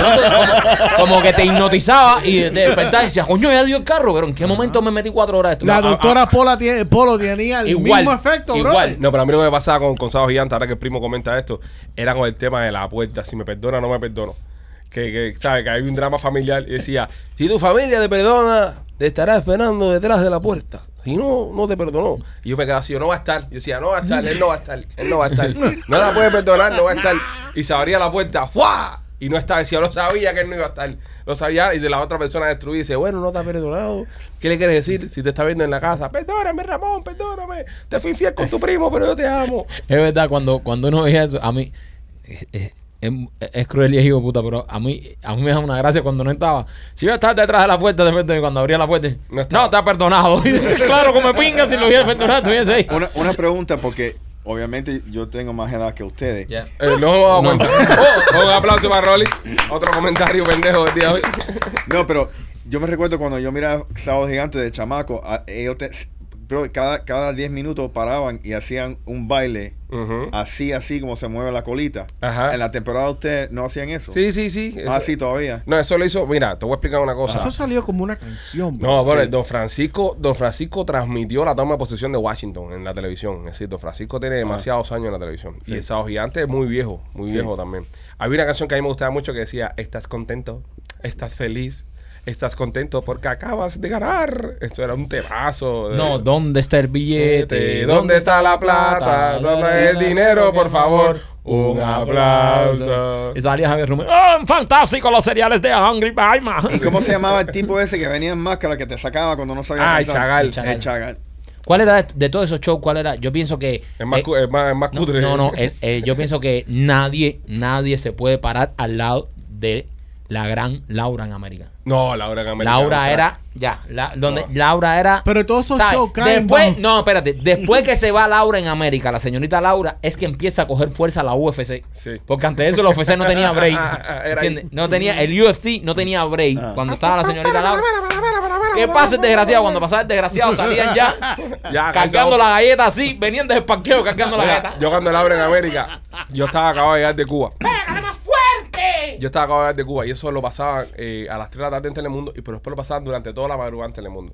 S2: pronto, como, como que te hipnotizaba y te despertabas y decías, coño, ya dio el carro. Pero ¿en qué momento me metí cuatro horas de esto?
S3: La
S2: Ah, ah,
S3: doctora Pola tiene, Polo tenía el
S2: Igual,
S3: mismo efecto, bro.
S2: igual.
S1: No, pero a mí lo que me pasaba con, con Sábado Gigante, ahora que el primo comenta esto, era con el tema de la puerta. Si me perdona, no me perdono. Que, que ¿sabes? Que hay un drama familiar y decía, si tu familia te perdona, te estará esperando detrás de la puerta. Si no, no te perdonó. Y yo me quedaba así, yo no va a estar. Yo decía, no va a estar, él no va a estar, él no va a estar. No la puede perdonar, no va a estar. Y se abría la puerta, ¡fua! Y no estaba, decía, lo sabía que él no iba a estar. Lo sabía, y de la otra persona destruida, dice, bueno, no te ha perdonado. ¿Qué le quieres decir si te está viendo en la casa? Perdóname, Ramón, perdóname. Te fui fiel con tu primo, pero yo te amo.
S2: Es verdad, cuando, cuando uno veía eso, a mí eh, eh, es, es cruel y es hijo de puta, pero a mí, a mí me da una gracia cuando no estaba. Si yo estaba detrás de la puerta, de frente, cuando abría la puerta,
S1: No
S2: no,
S1: estaba.
S2: está perdonado. Y dice, claro, como pinga, si lo hubiera perdonado, estuviese ahí.
S4: Una, una pregunta, porque obviamente yo tengo más edad que ustedes.
S2: Ya.
S1: Eh, no me he dado
S2: No.
S1: cuenta. Oh, un aplauso para Rolly. Otro comentario pendejo del día de hoy.
S4: No, pero yo me recuerdo cuando yo miraba Sábado Gigante de chamaco, a- ellos te- bro, cada, cada 10 minutos paraban y hacían un baile
S1: Ujú.
S4: así, así como se mueve la colita.
S1: Ajá.
S4: En la temporada ustedes no hacían eso.
S1: Sí, sí, sí. Eso-
S4: Ah, sí, todavía.
S1: No, eso lo hizo. Mira, te voy a explicar una cosa.
S3: Eso salió como una canción. bro.
S1: No, bueno,
S4: Sí.
S1: don Francisco, don Francisco transmitió la toma de posesión de Washington en la televisión. Es decir, don Francisco tiene demasiados años en la televisión. Y
S4: Ah. Sí.
S1: el Sábado Gigante es muy viejo, muy
S4: Sí.
S1: viejo también. Había una canción que a mí me gustaba mucho que decía, estás contento, estás feliz, estás contento porque acabas de ganar. Esto era un temazo. de-
S2: No, ¿dónde está el billete?
S1: billete. ¿Dónde está la plata? ¿Dónde el dinero, por favor? Un aplauso.
S2: Y salía Javier Rubén. ¡Ah, fantástico los cereales de Hungry Paima!
S4: ¿Y cómo se llamaba el tipo ese que venía en máscara que te sacaba cuando no sabía
S1: Ah, el
S4: cantar?
S1: Chagal.
S4: El Chagal.
S2: ¿Cuál era de, de todos esos shows? ¿Cuál era? Yo pienso que.
S1: Es más,
S2: eh,
S1: cu- es más, es más
S2: no,
S1: cutre.
S2: No, no, eh, eh, yo pienso que nadie, nadie se puede parar al lado de la gran Laura en América.
S1: No, Laura Gamelita.
S2: Laura era, ya, la- donde
S1: No.
S2: Laura era.
S3: Pero todos esos
S2: ¿sabes?
S3: shows caen
S2: Después,
S3: bajo-
S2: no, espérate. Después que se va Laura en América, la señorita Laura, es que empieza a coger fuerza la UFC.
S1: Sí.
S2: Porque antes de eso la UFC no tenía break.
S1: Era
S2: ¿entiendes? No tenía, el UFC no tenía break.
S4: Ah.
S2: Cuando estaba la señorita Laura. ¿Qué pasa el desgraciado? Cuando pasaba el desgraciado salían
S1: Ah,
S2: ya,
S1: Ya,
S2: cargando
S1: cansado.
S2: la galleta así, venían desde el parqueo cargando la
S1: Mira,
S2: galleta.
S1: Yo cuando la abro en América, yo estaba acabado de llegar de Cuba.
S2: ¡Pégale más fuerte!
S1: Yo estaba acabado de llegar de Cuba y eso lo pasaban eh, a las 3 de la tarde en Telemundo y pero después lo pasaban durante toda la madrugada en Telemundo.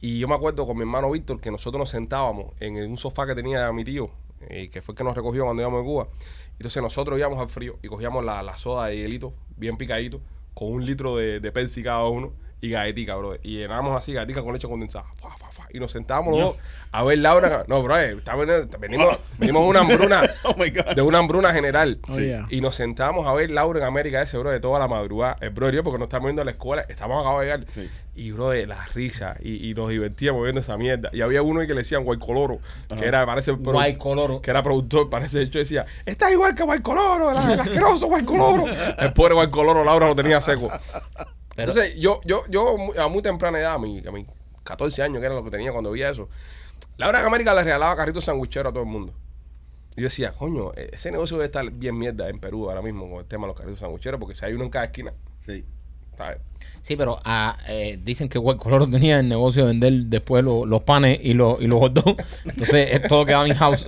S1: Y yo me acuerdo con mi hermano Víctor que nosotros nos sentábamos en un sofá que tenía mi tío, eh, que fue el que nos recogió cuando íbamos de Cuba. Entonces nosotros íbamos al frío y cogíamos la, la soda de hielito, bien picadito, con un litro de, de Pepsi cada uno y galletica, bro. Y llenábamos así galletica con leche condensada. Fua, fua, fua. Y nos sentábamos los dos a ver Laura. No, bro, eh, está veni- venimos, venimos de una hambruna
S4: Oh my God.
S1: de una hambruna general.
S3: Oh,
S1: Sí.
S3: yeah.
S1: Y nos sentamos a ver Laura en América ese, bro, de toda la madrugada. El bro y yo, porque nos estamos yendo a la escuela, estamos acabados de llegar. Y, bro, de las risas. Y, y nos divertíamos viendo esa mierda. Y había uno ahí que le decían Guay Coloro, que era, parece, el pro-
S2: Guay Coloro.
S1: que era productor, parece. De hecho, decía, estás igual que Guay Coloro, el, el asqueroso Guay Coloro. El pobre Guay Coloro, Laura lo tenía seco.
S2: Pero-
S1: Entonces, yo, yo, yo mu- a muy temprana edad, a mi- a mis 14 años, que era lo que tenía cuando veía eso, Laura en América le regalaba carritos sandwicheros a todo el mundo. Y yo decía, coño, eh, ese negocio debe estar bien mierda en Perú ahora mismo con el tema de los carritos sandwicheros, porque si hay uno en cada esquina,
S4: Sí.
S1: ¿sabes?
S2: Sí, pero ah, eh, dicen que White Color tenía el negocio de vender después lo- los panes y, los y los hot dogs. Entonces, eh, todo quedaba en house.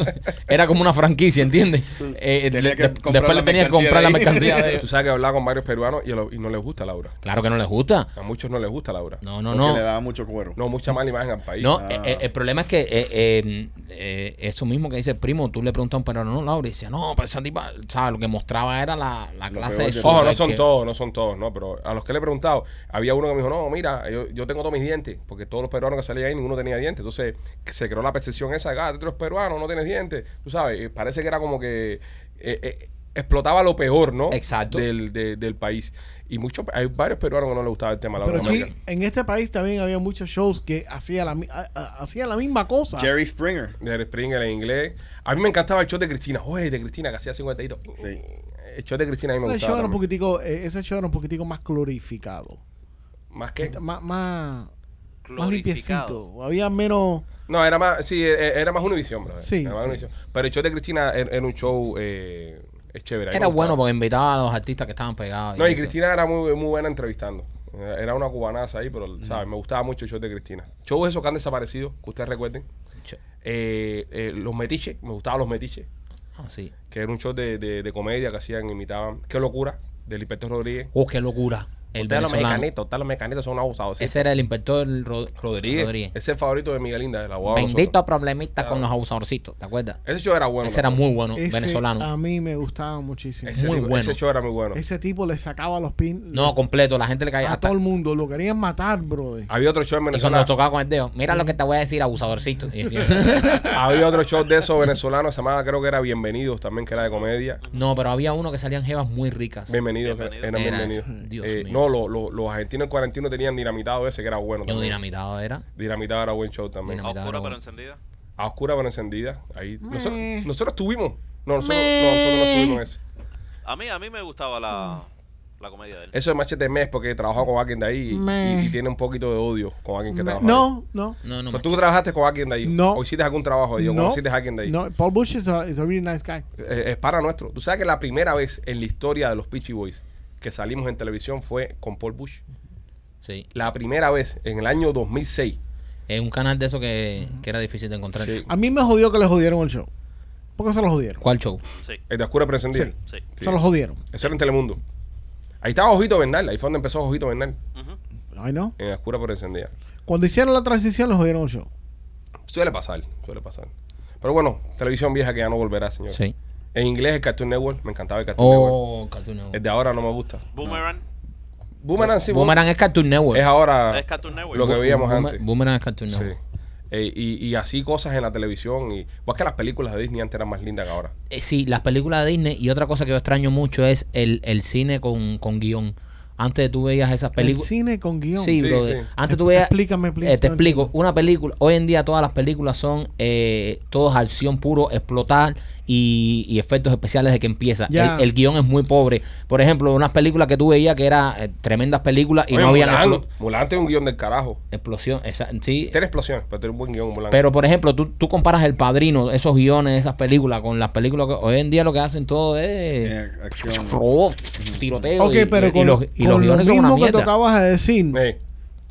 S2: Era como una franquicia, ¿entiendes? Eh,
S4: Tenía
S2: de-
S4: que
S2: de-
S4: comprar
S2: después
S4: la
S2: le tenía que
S4: mercancía
S2: comprar
S4: de
S2: la
S4: ahí.
S2: mercancía de ellos.
S1: Tú sabes que hablaba con varios peruanos y, a lo- y no les gusta Laura.
S2: Claro que no les gusta.
S1: A muchos no les gusta Laura.
S2: No, no,
S4: Porque
S2: no.
S4: le daba mucho cuero.
S1: No, mucha mala imagen al país.
S2: No,
S4: Ah.
S2: eh, eh, el problema es que eh, eh, eh, eso mismo que dice el primo, tú le preguntas a un peruano, no, Laura, y decía, no, pero esa tipa, ¿sabes? Lo que mostraba era la, la
S4: Lo
S2: clase
S4: peor
S2: de
S4: que-
S1: Ojo,
S2: sobra
S1: no son
S2: que-
S1: todos, no son todos, no, pero a los que le he preguntado, había uno que me dijo, no, mira, yo, yo tengo todos mis dientes, porque todos los peruanos que salían ahí, ninguno tenía dientes, entonces se creó la percepción esa, de, ah, tú eres peruano, no tienes dientes, tú sabes, eh, parece que era como que eh, eh, explotaba lo peor, ¿no?
S2: Exacto.
S1: Del, de- del país. Y muchos, hay varios peruanos que no les gustaba el tema de la
S3: Pero aquí,
S1: América.
S3: en este país también había muchos shows que hacía la, mi- a- a- hacía la misma cosa.
S4: Jerry Springer.
S1: De Springer en inglés. A mí me encantaba el show de Cristina, oye, de Cristina, que hacía 50 hitos.
S4: Sí.
S1: El show de Cristina a mí me
S3: Ese show,
S1: gustaba.
S3: era un
S1: también.
S3: poquitico, eh, ese show era un poquitico más glorificado.
S1: Más que.
S3: Más, más, más
S5: Glorificado.
S3: limpiecito. Había menos...
S1: No, era más, sí, e- e- era más Univision, brother.
S3: Sí,
S1: Era más
S3: sí.
S1: Univision. Pero el show de Cristina er, era, era un show eh, es chévere. A mí me
S2: Era
S1: gustaba.
S2: bueno porque invitaba a los artistas que estaban pegados.
S1: No, y
S2: eso.
S1: Cristina era muy, muy buena entrevistando. Eh, Era era una cubanaza ahí,
S3: Mm.
S1: pero, ¿sabes? Me gustaba mucho el show de Cristina. Shows esos que han desaparecido, que ustedes recuerden.
S2: Che,
S1: Eh, eh, los Metiches, me gustaban Los Metiches,
S2: ah, sí.
S1: que era un show de, de- de comedia que hacían, imitaban. Qué locura, del Inspector Rodríguez.
S2: Oh, qué locura. El
S1: ustedes los
S2: venezolano.
S1: mecanitos, ustedes los mecanitos son abusados.
S2: Ese era el inspector Rod- Rodríguez.
S1: Ese es el favorito de Miguelinda, el abogado. de
S2: Bendito
S1: nosotros.
S2: problemita
S1: Claro.
S2: con los abusadorcitos, ¿te acuerdas?
S1: Ese show era bueno.
S2: Ese era muy bueno,
S3: ese A
S2: venezolano.
S3: mí me gustaba muchísimo.
S1: Ese
S2: muy
S1: tipo-
S2: bueno.
S1: Ese show era muy bueno.
S3: Ese tipo le sacaba los pins
S2: No, completo, la gente le caía
S3: a
S2: hasta. Ah,
S3: todo el mundo. Lo querían matar, brother.
S1: Había otro show en
S2: Y
S1: Venezuela.
S2: cuando tocaba con el dedo, mira
S3: Mm.
S2: lo que te voy a decir, abusadorcito. Y decía-
S1: Había otro show de esos venezolanos, se llamaba, creo que era Bienvenidos también, que era de comedia.
S2: no, pero había uno que salían jevas muy ricas.
S1: Bienvenidos,
S5: Bienvenidos.
S1: eran
S2: Era
S1: bienvenidos.
S2: ese, Dios
S1: Eh,
S2: mío.
S1: no, lo- lo- los argentinos en 41 tenían dinamitado ese, que era bueno.
S2: Yo
S1: también.
S2: dinamitado era.
S1: Dinamitado era buen show también.
S5: A
S2: Dinamitado.
S5: oscura
S2: Mira,
S5: pero
S2: bueno.
S5: encendida.
S1: A oscura pero encendida. Ahí. Nosotros,
S3: Meh.
S1: nosotros tuvimos. No, nosotros no, nosotros no tuvimos ese.
S5: A mí, a mí me gustaba la, la comedia de él.
S1: Eso es machete mes porque trabajó con alguien de ahí y-
S3: Meh.
S1: y, y tiene un poquito de odio con alguien que trabajó. ahí.
S3: No, no.
S2: No, no,
S1: Pero
S2: macho.
S1: tú trabajaste con alguien de ahí.
S3: No.
S1: O hiciste algún trabajo de ellos.
S3: no,
S1: conociste a alguien de ahí.
S3: no, Paul Bush is a, is a really nice guy.
S1: Eh, es para nuestro. Tú sabes que la primera vez en la historia de los Peachy Boys que salimos en televisión fue con Paul Bush.
S2: Sí.
S1: La primera vez en el año 2006.
S2: Es un canal de eso que, que era difícil de encontrar.
S1: Sí.
S3: A mí me jodió que le jodieron el show. Porque se los jodieron.
S2: ¿Cuál show?
S5: Sí,
S1: El de Oscura Presentía.
S5: sí.
S1: Sí.
S3: Se los jodieron.
S1: Eso era en Telemundo. Ahí estaba Ojito Bernal, ahí fue donde empezó Ojito Bernal,
S5: Ujú.
S3: Ay, no.
S1: en Oscura Presentía.
S3: Cuando hicieron la transición, les jodieron el show.
S1: Suele pasar, suele pasar. Pero bueno, televisión vieja que ya no volverá, señor.
S2: Sí.
S1: En inglés el Cartoon Network, me encantaba el Cartoon Network.
S2: Oh, Cartoon Network.
S1: El de ahora no me gusta.
S5: Boomerang
S1: Boomerang sí,
S2: Boomerang pues. es Cartoon Network.
S1: es ahora
S5: es Cartoon Network.
S1: Ah. lo que veíamos
S2: Boomer-
S1: antes.
S2: Boomerang es Cartoon
S1: Sí.
S2: Network.
S1: Eh, y, y así cosas en la televisión. Y, pues que las películas de Disney antes eran más lindas que ahora.
S2: Eh, sí, las películas de Disney. Y otra cosa que yo extraño mucho es el, el cine con, con guión. Antes tú veías esas
S3: El
S2: películas.
S3: cine con guión.
S2: Sí,
S1: Sí,
S2: brother.
S1: sí.
S2: Antes tú veías.
S3: Explícame, please,
S2: eh, te
S3: no
S2: explico.
S3: entiendo.
S2: Una película. Hoy en día todas las películas son eh, todos acción puro, explotar y, y efectos especiales de que empieza.
S3: Ya.
S2: El, el guión es muy pobre. Por ejemplo, unas películas que tú veías que eran eh, tremendas películas y
S1: Oye,
S2: no había
S1: Mulan, Mulan tiene un guión del carajo.
S2: explosión. esa- sí.
S1: Tiene explosiones, pero tiene un buen guión, Mulan.
S2: Pero, por ejemplo, tú, tú comparas El Padrino, esos guiones, esas películas, con las películas que hoy en día lo que hacen todo es
S4: Eh, acción.
S2: robots, tiroteo
S3: Ok,
S2: y-
S3: pero
S2: y,
S3: con,
S2: los, y los
S3: con lo
S2: guiones son una
S3: mismo que tú
S2: mierda.
S3: acabas de decir,
S1: Eh,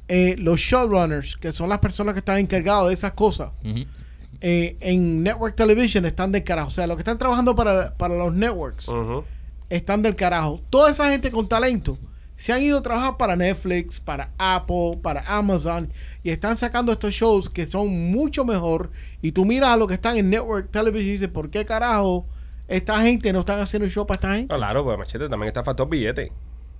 S3: eh, los showrunners, que son las personas que están encargadas de esas cosas,
S2: Ujú.
S3: eh, en Network Television están del carajo. O sea, los que están trabajando para, para los networks
S1: ujú.
S3: están del carajo. Toda esa gente con talento se han ido a trabajar para Netflix, para Apple, para Amazon y están sacando estos shows que son mucho mejor. Y tú miras a los que están en Network Television y dices, ¿por qué carajo esta gente no están haciendo show para esta gente?
S1: No, Claro, pues Machete también está el factor billete.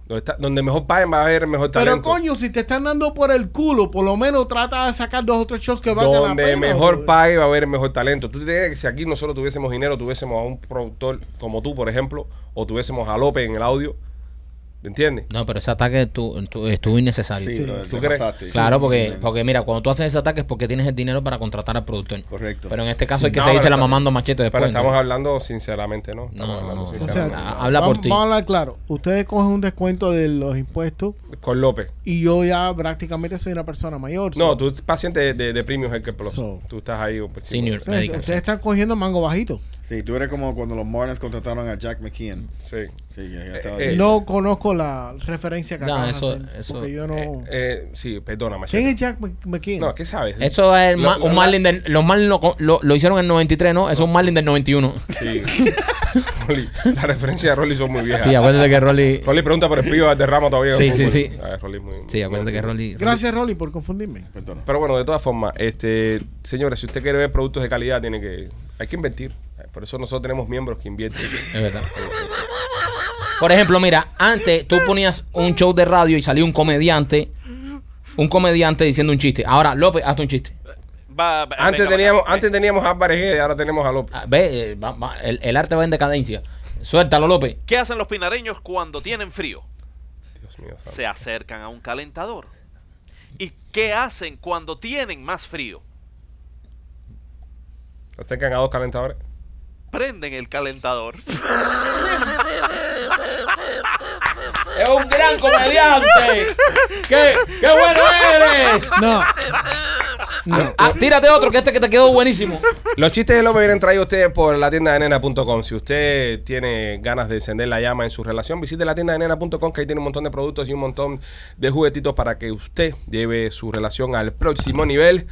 S1: Donde, está- donde mejor paguen va a haber mejor
S3: Pero
S1: talento.
S3: coño, si te están dando por el culo, por lo menos trata de sacar dos o tres shows que valgan la
S1: donde
S3: pena.
S1: mejor
S3: brother.
S1: pague va a haber mejor talento. Tú te crees que si aquí nosotros tuviésemos dinero, tuviésemos a un productor como tú, por ejemplo, o tuviésemos a López en el audio, ¿te entiendes?
S2: No, pero ese ataque tú- tú- estuvo innecesario.
S4: Sí, brother,
S1: ¿Tú
S4: te
S1: crees?
S4: pasaste.
S2: Claro,
S4: Sí,
S2: porque,
S4: sí,
S2: porque mira, cuando tú haces ese ataque es porque tienes el dinero para contratar al productor.
S4: Correcto.
S2: Pero en este caso hay que
S1: No,
S2: seguirse
S1: pero
S2: la
S1: está-
S2: mamando machete después.
S1: Pero estamos
S2: ¿no?
S1: hablando sinceramente, ¿no? Estamos
S2: No,
S1: hablando
S2: no, no.
S3: O
S1: sinceramente.
S3: sea,
S2: Ah, habla
S3: vamos-
S2: por ti.
S3: Vamos a hablar claro. Ustedes cogen un descuento de los impuestos
S1: Con López.
S3: y yo ya prácticamente soy una persona mayor.
S1: No,
S3: so-
S1: tú eres paciente de, de, de Premium Healthcare Plus.
S3: Pues So.
S1: Tú estás ahí. pues, sí,
S2: Senior.
S1: pues,
S3: Ustedes,
S2: Medical,
S3: ustedes
S2: sí.
S3: están cogiendo mango bajito.
S4: Sí, tú eres como cuando los Marlins contrataron a Jack McKeon.
S1: pues, Sí.
S4: Sí, ya, ya estaba
S1: Eh,
S4: ahí.
S3: No conozco la referencia que
S2: No,
S3: acaban de
S2: eso-
S3: hacer,
S2: eso-
S3: porque yo no...
S1: Eh, sí, perdona, Machete.
S3: ¿Quién es Jack Mc- McKean?
S1: No, ¿qué sabes?
S2: Eso es el
S1: Lo-
S2: ma-
S1: lo-
S2: un Marlin del- Los Marlins lo, lo- lo hicieron en el 93, ¿no? Eso es un Marlin del 91.
S1: Sí. Rolly, la referencia de Rolly son muy viejas.
S2: Sí, acuérdate que Rolly...
S1: Rolly pregunta por el pío de Ramos todavía.
S2: Sí,
S1: Muy
S2: sí,
S1: bueno.
S2: sí.
S1: Ah, Rolly es muy-
S2: Sí, acuérdate que Rolly...
S3: Gracias, Rolly, por confundirme.
S4: Perdona.
S1: Pero bueno, de todas formas, este, señores, si usted quiere ver productos de calidad, tiene que, hay que invertir. Por eso nosotros tenemos miembros que invierten. Eh,
S2: Es verdad. Por ejemplo, mira, antes tú ponías un show de radio y salía un comediante, un comediante diciendo un chiste. Ahora, López, hazte un chiste.
S5: Va- va-
S1: antes
S5: venga,
S1: teníamos,
S5: venga.
S1: antes teníamos a Álvarez Gede, ahora tenemos a López.
S2: Ah, Ve, eh, va- va, el, el arte va en decadencia. Suéltalo, López.
S5: ¿Qué hacen los pinareños cuando tienen frío?
S1: Dios mío, santo.
S5: Se acercan a un calentador. ¿Y qué hacen cuando tienen más frío?
S1: Nos tengan a dos calentadores.
S5: Prenden el calentador.
S2: Es un gran comediante. ¡Qué, qué bueno eres!
S3: No. No.
S2: Ah, tírate otro, que este que te quedó buenísimo.
S1: Los chistes de López vienen traídos a ustedes por la tienda de nena.com. Si usted tiene ganas de encender la llama en su relación, visite la tienda de nena.com que ahí tiene un montón de productos y un montón de juguetitos para que usted lleve su relación al próximo nivel.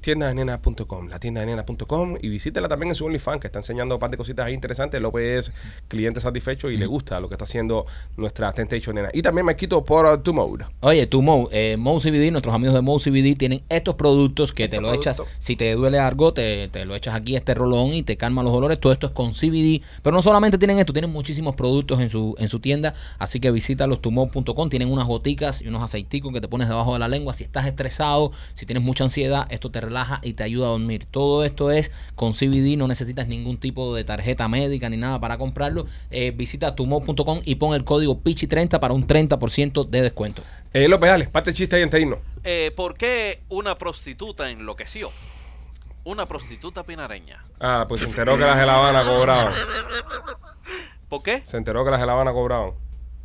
S1: Tienda de nena.com, la tienda de nena.com y visítela también en su OnlyFans que está enseñando un par de cositas ahí interesantes. López es cliente satisfecho y le gusta lo que está haciendo nuestra Temptation Nena. Y también me quito por tu mode.
S2: Oye, tú, Mo, eh, Mo CBD, nuestros amigos de Mo CBD tienen estos productos que te lo echas, si te duele algo, te, te lo echas aquí este rolón y te calma los dolores. Todo esto es con CBD. Pero no solamente tienen esto, tienen muchísimos productos en su, en su tienda. Así que visítalos tumo.com. Tienen unas goticas y unos aceiticos que te pones debajo de la lengua. Si estás estresado, si tienes mucha ansiedad, esto te relaja y te ayuda a dormir. Todo esto es con CBD, no necesitas ningún tipo de tarjeta médica ni nada para comprarlo. Eh, visita tumo.com y pon el código PICHI30 para un 30% de descuento.
S1: Eh, López, dale, parte el chiste ahí en Teino.
S5: Eh, ¿Por qué una prostituta enloqueció? Una prostituta pinareña.
S1: Ah, pues se enteró que las de La Habana cobraban.
S5: ¿Por qué?
S1: Se enteró que las de La Habana cobraban.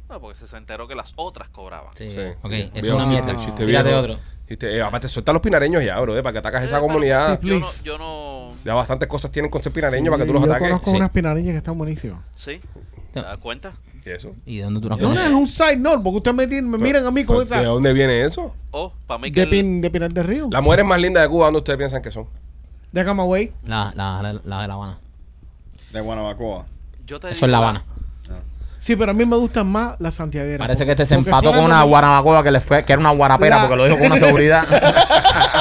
S5: No, porque se enteró que las otras cobraban.
S2: Sí,
S1: Sí,
S2: ok,
S1: sí.
S2: es
S1: Viejo
S2: una mierda.
S1: chiste, chiste
S2: Tírate
S1: viejo.
S2: otro.
S1: Chiste, eh, aparte, suelta a los pinareños ya, bro, eh, para que atacas
S5: Eh,
S1: esa
S5: pero
S1: comunidad.
S5: Yo no,
S3: Please.
S5: yo no-
S1: Ya bastantes cosas tienen con ser pinareños para que tú
S3: Sí,
S1: los
S3: yo
S1: ataques.
S3: conozco
S2: Sí.
S3: unas pinariñas que están buenísimas.
S5: ¿Sí? ¿Te
S2: No.
S5: das cuenta?
S1: ¿Y eso?
S2: ¿Y de dónde tú las
S3: No, no, es
S2: conoces?
S3: un side note, porque ustedes me, tienen- me miran a mí con
S1: ¿De
S3: esa...
S1: dónde viene eso?
S5: Oh, para mí que
S3: De,
S5: el-
S3: pin, de Pinar del Río.
S1: Las mujeres más lindas de Cuba, ¿dónde ustedes piensan que son?
S3: De Camagüey.
S2: La, la, la, la de La Habana.
S4: de Guanabacoa.
S5: Yo te
S2: Eso
S5: digo,
S2: es La Habana.
S4: Ah.
S3: Sí, pero a mí me gustan más las santiagueras.
S2: Parece que
S3: porque-
S2: este se
S3: porque
S2: empató con
S3: fíjate
S2: una
S3: que-
S2: guanabacoa que le fue, que era una guarapera
S3: La-
S2: porque lo dijo con una seguridad.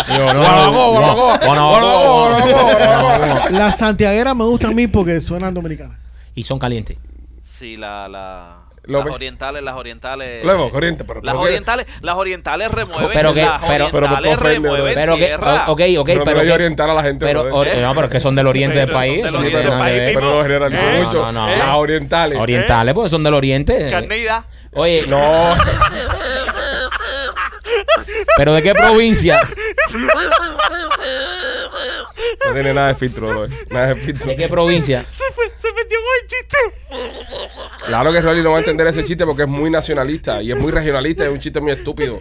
S2: Yo, no,
S1: Guanabacoa,
S2: no,
S1: guanabacoa,
S2: guanabacoa,
S1: guanabacoa, guanabacoa.
S3: Las santiagueras me gustan a mí porque suenan dominicanas.
S2: Y son calientes.
S5: Sí, la, la, las
S1: López.
S5: orientales, las orientales.
S1: Luego, corriente, pero-
S5: las
S1: ¿por qué?
S5: orientales, las orientales remueven.
S2: Pero que-
S5: las
S2: pero-
S1: pero ¿por qué
S5: orientales
S1: ofende, bro?
S5: remueven
S2: Pero que,
S5: tierra.
S2: o- ok, ok,
S1: Pero no
S2: pero.
S1: hay
S2: que-
S1: que orientar a la gente,
S2: pero,
S1: bro. eh.
S2: or- no, pero es que son del oriente del
S5: Pero
S2: país.
S5: son del
S2: eso no tiene
S5: oriente del
S2: nada que
S5: país,
S2: ver.
S5: mismo.
S1: Pero no generalizó
S2: ¿Eh?
S1: mucho.
S2: No, no, no.
S1: Las orientales.
S2: Orientales, porque son del oriente.
S5: Carnida.
S2: Oye,
S1: No,
S2: pero ¿de qué provincia?
S1: no tiene nada de filtro, bro. eh. Nada de filtro.
S2: ¿De qué provincia?
S1: Claro que Rolly no va a entender ese chiste porque es muy nacionalista y es muy regionalista y es un chiste muy estúpido.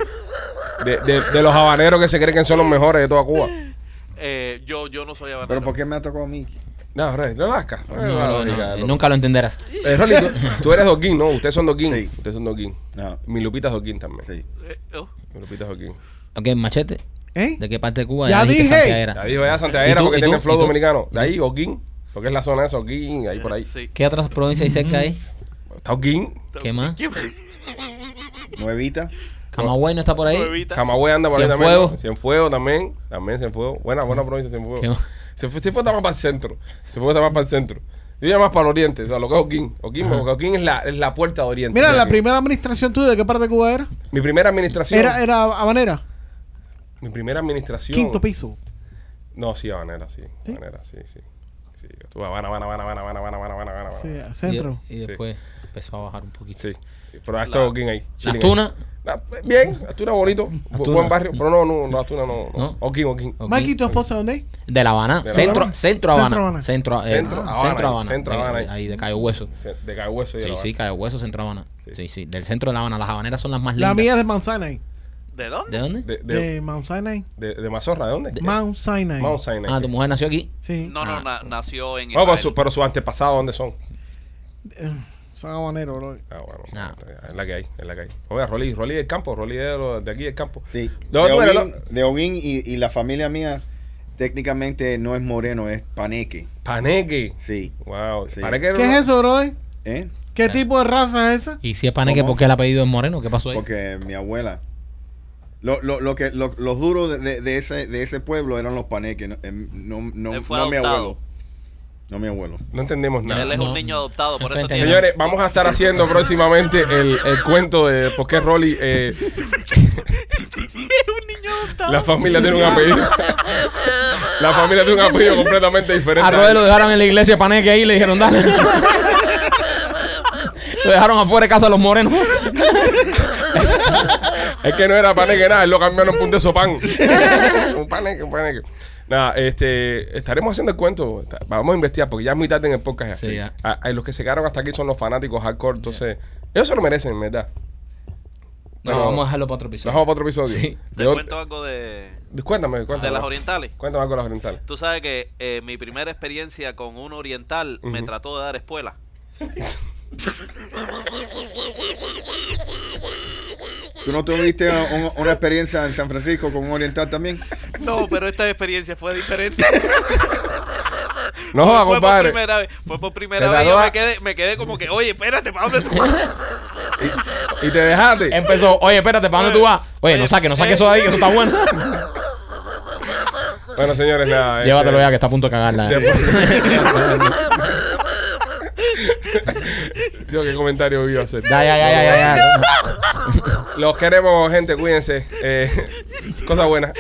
S1: De, de- de los habaneros que se creen que son los mejores de toda Cuba.
S5: Eh, yo, yo no soy habanero.
S4: Pero ¿por qué me ha tocado a mí?
S1: No, Rolly, no lo hagas.
S2: No, no, no, nunca lo entenderás.
S1: Eh, Rolly, tú, tú eres Doquín, ¿no? Ustedes son Doquín.
S4: Sí.
S1: Ustedes son Doquín.
S4: No,
S1: Mi Lupita es Doquín también.
S4: sí.
S5: Eh, oh.
S1: Mi Lupita es Doquín.
S2: Ok, machete.
S3: ¿Eh?
S2: ¿De qué parte de Cuba?
S3: Ya
S2: dijiste
S3: dije.
S1: Ya
S2: Santiaguera.
S1: dijo ya Santiaguera
S2: ¿Y tú?
S1: porque
S2: ¿Y
S1: tiene
S2: tú?
S1: el flow
S2: ¿Y tú?
S1: dominicano. De ahí, Oquín. Porque es la zona esa, Oquín, ahí por ahí.
S5: Sí.
S2: ¿Qué otras provincias hay cerca ahí?
S1: Está Oquín.
S2: ¿Qué más?
S4: Nuevita.
S2: ¿Camagüey no está por ahí?
S5: Nuevita.
S1: Camagüey anda por ahí también.
S2: Cienfuegos.
S1: ¿no? Cienfuegos también. También Cienfuegos. Buena, buena provincia Cienfuegos.
S2: ¿Qué más?
S1: Cienfuegos, Cienfuegos está más para el centro. Cienfuegos está más para el centro. Yo iba más para el oriente, o sea, lo que es Oquín. Oquín, porque Oquín es la, es la puerta de oriente.
S3: Mira, la
S1: Oquín.
S3: primera administración tuya, ¿de qué parte de Cuba era?
S1: Mi primera administración.
S3: Era, era habanera.
S1: Mi primera administración.
S3: Quinto piso.
S1: No, sí, Habanera, sí. Habanera, sí, sí. sí. yo Estuve Habana, Habana, Habana, Habana, Habana, Habana, Habana, Habana, Habana.
S3: Sí,
S1: Sí.
S3: a
S2: Y,
S3: centro.
S2: y después empezó a bajar un poquito.
S1: Pero ha estado Oquín ahí.
S2: ¿Las
S1: chilling ahí.
S2: tunas?
S1: La- Bien, Astuna bonito. Bu-
S2: Astuna.
S1: Buen barrio. Pero no, no, no, Astuna no. no.
S2: ¿No?
S1: Oquín, Oquín.
S2: Ok.
S3: Mikey, ¿tu esposa dónde es?
S2: De La Habana.
S1: De La
S2: centro,
S1: Habana.
S2: Centro
S3: Centro
S2: Habana.
S3: Habana.
S2: Centro, eh,
S1: Centro
S2: ah,
S1: Habana,
S2: centro Habana.
S1: Centro
S2: Eh,
S1: Habana.
S2: eh, ahí de Cayo Hueso.
S1: Se- De Cayo Hueso y de
S2: Sí,
S1: La
S2: sí,
S1: Habana.
S2: Cayo Hueso, Centro Habana.
S1: Sí.
S2: Sí, sí, del centro de La Habana. Las habaneras son las más lindas.
S3: La mía es de Mount Sinai.
S5: ¿De dónde?
S2: ¿De dónde?
S1: De, de,
S3: De Mount Sinai.
S1: de- de Mazorra, ¿de dónde?
S3: Mount Sinai.
S1: Mount Sinai.
S2: Ah, tu mujer nació aquí.
S3: Sí.
S5: No, no,
S2: Ah.
S5: na- nació en
S1: No, pero,
S5: Israel.
S1: su, pues, pero sus antepasados, ¿dónde son?
S3: Son habaneros, bro.
S1: Ah, bueno.
S2: Ah.
S1: Es la que hay, es la que hay. Oh, Oiga, Rolly, Rolly del campo, Rolly de, lo- de aquí del campo.
S4: Sí.
S1: No,
S4: de,
S1: tú eres
S4: Oguín, de Oguín y, y la familia mía técnicamente no es moreno, es paneque.
S1: Paneque.
S4: Sí.
S1: Wow.
S4: Sí.
S1: Paneque era
S3: ¿Qué
S1: una-
S3: es eso, bro?
S4: ¿Eh?
S3: ¿Qué tipo de raza es esa?
S2: Y si es paneque,
S4: ¿Cómo?
S2: ¿por qué el apellido es moreno? ¿Qué pasó ahí?
S4: Porque mi abuela. Lo, lo, lo que lo, los duros de, de- de ese, de ese pueblo eran los paneques, no, em, no, no-
S5: Él fue
S4: no mi
S5: adoptado.
S4: abuelo. No mi abuelo.
S1: No entendemos
S5: Él
S1: nada.
S5: es
S2: No.
S5: un niño adoptado, por
S2: Estoy
S5: eso tiene.
S2: entendiendo.
S1: Señores, vamos a estar haciendo próximamente el, el cuento de por qué Rolly. eh,
S5: un niño adoptado.
S1: la familia tiene un apellido. la familia tiene un apellido completamente diferente.
S2: A Ah, Roel lo dejaron en la iglesia paneque ahí y le dijeron, dale. lo dejaron afuera de casa los morenos.
S1: Es que no era paneque nada, él lo cambiaron por un de sopan. un paneque, un paneque. Nada, este, estaremos haciendo el cuento. Está- Vamos a investigar porque ya es muy tarde en el podcast.
S2: Sí, ya.
S1: Ah, ah, los que se quedaron hasta aquí son los fanáticos hardcore, entonces ellos se lo merecen, en verdad.
S2: No, vamos a dejarlo para otro
S1: Nos
S2: episodio.
S1: vamos para otro episodio.
S2: Sí.
S5: Te
S1: De o-
S5: cuento algo de,
S1: Cuéntame, cuéntame.
S5: de las orientales.
S1: Cuéntame algo de las orientales.
S5: Tú sabes que eh, mi primera experiencia con un oriental me trató de dar espuela.
S4: ¿Tú no tuviste un- una experiencia en San Francisco con un oriental también?
S5: No, pero esta experiencia fue diferente.
S1: No, joda,
S5: fue por
S1: compadre.
S5: primera vez. Fue por primera
S1: Te
S5: vez.
S1: trató
S5: Yo
S1: a-
S5: me quedé, me quedé como que, oye, espérate, ¿para dónde tú vas?
S1: Y te dejaste.
S2: Empezó, oye, espérate, ¿para dónde tú vas? Oye, no saques, no saques eso de ahí, que eso está bueno.
S1: Bueno, señores, nada. este,
S2: Llévatelo ya, que está a punto de cagarla. eh.
S1: Yo qué comentario iba a hacer.
S2: Ya, ya, ya, ya, ya, ya.
S1: Los queremos, gente, cuídense. Eh, cosas buenas.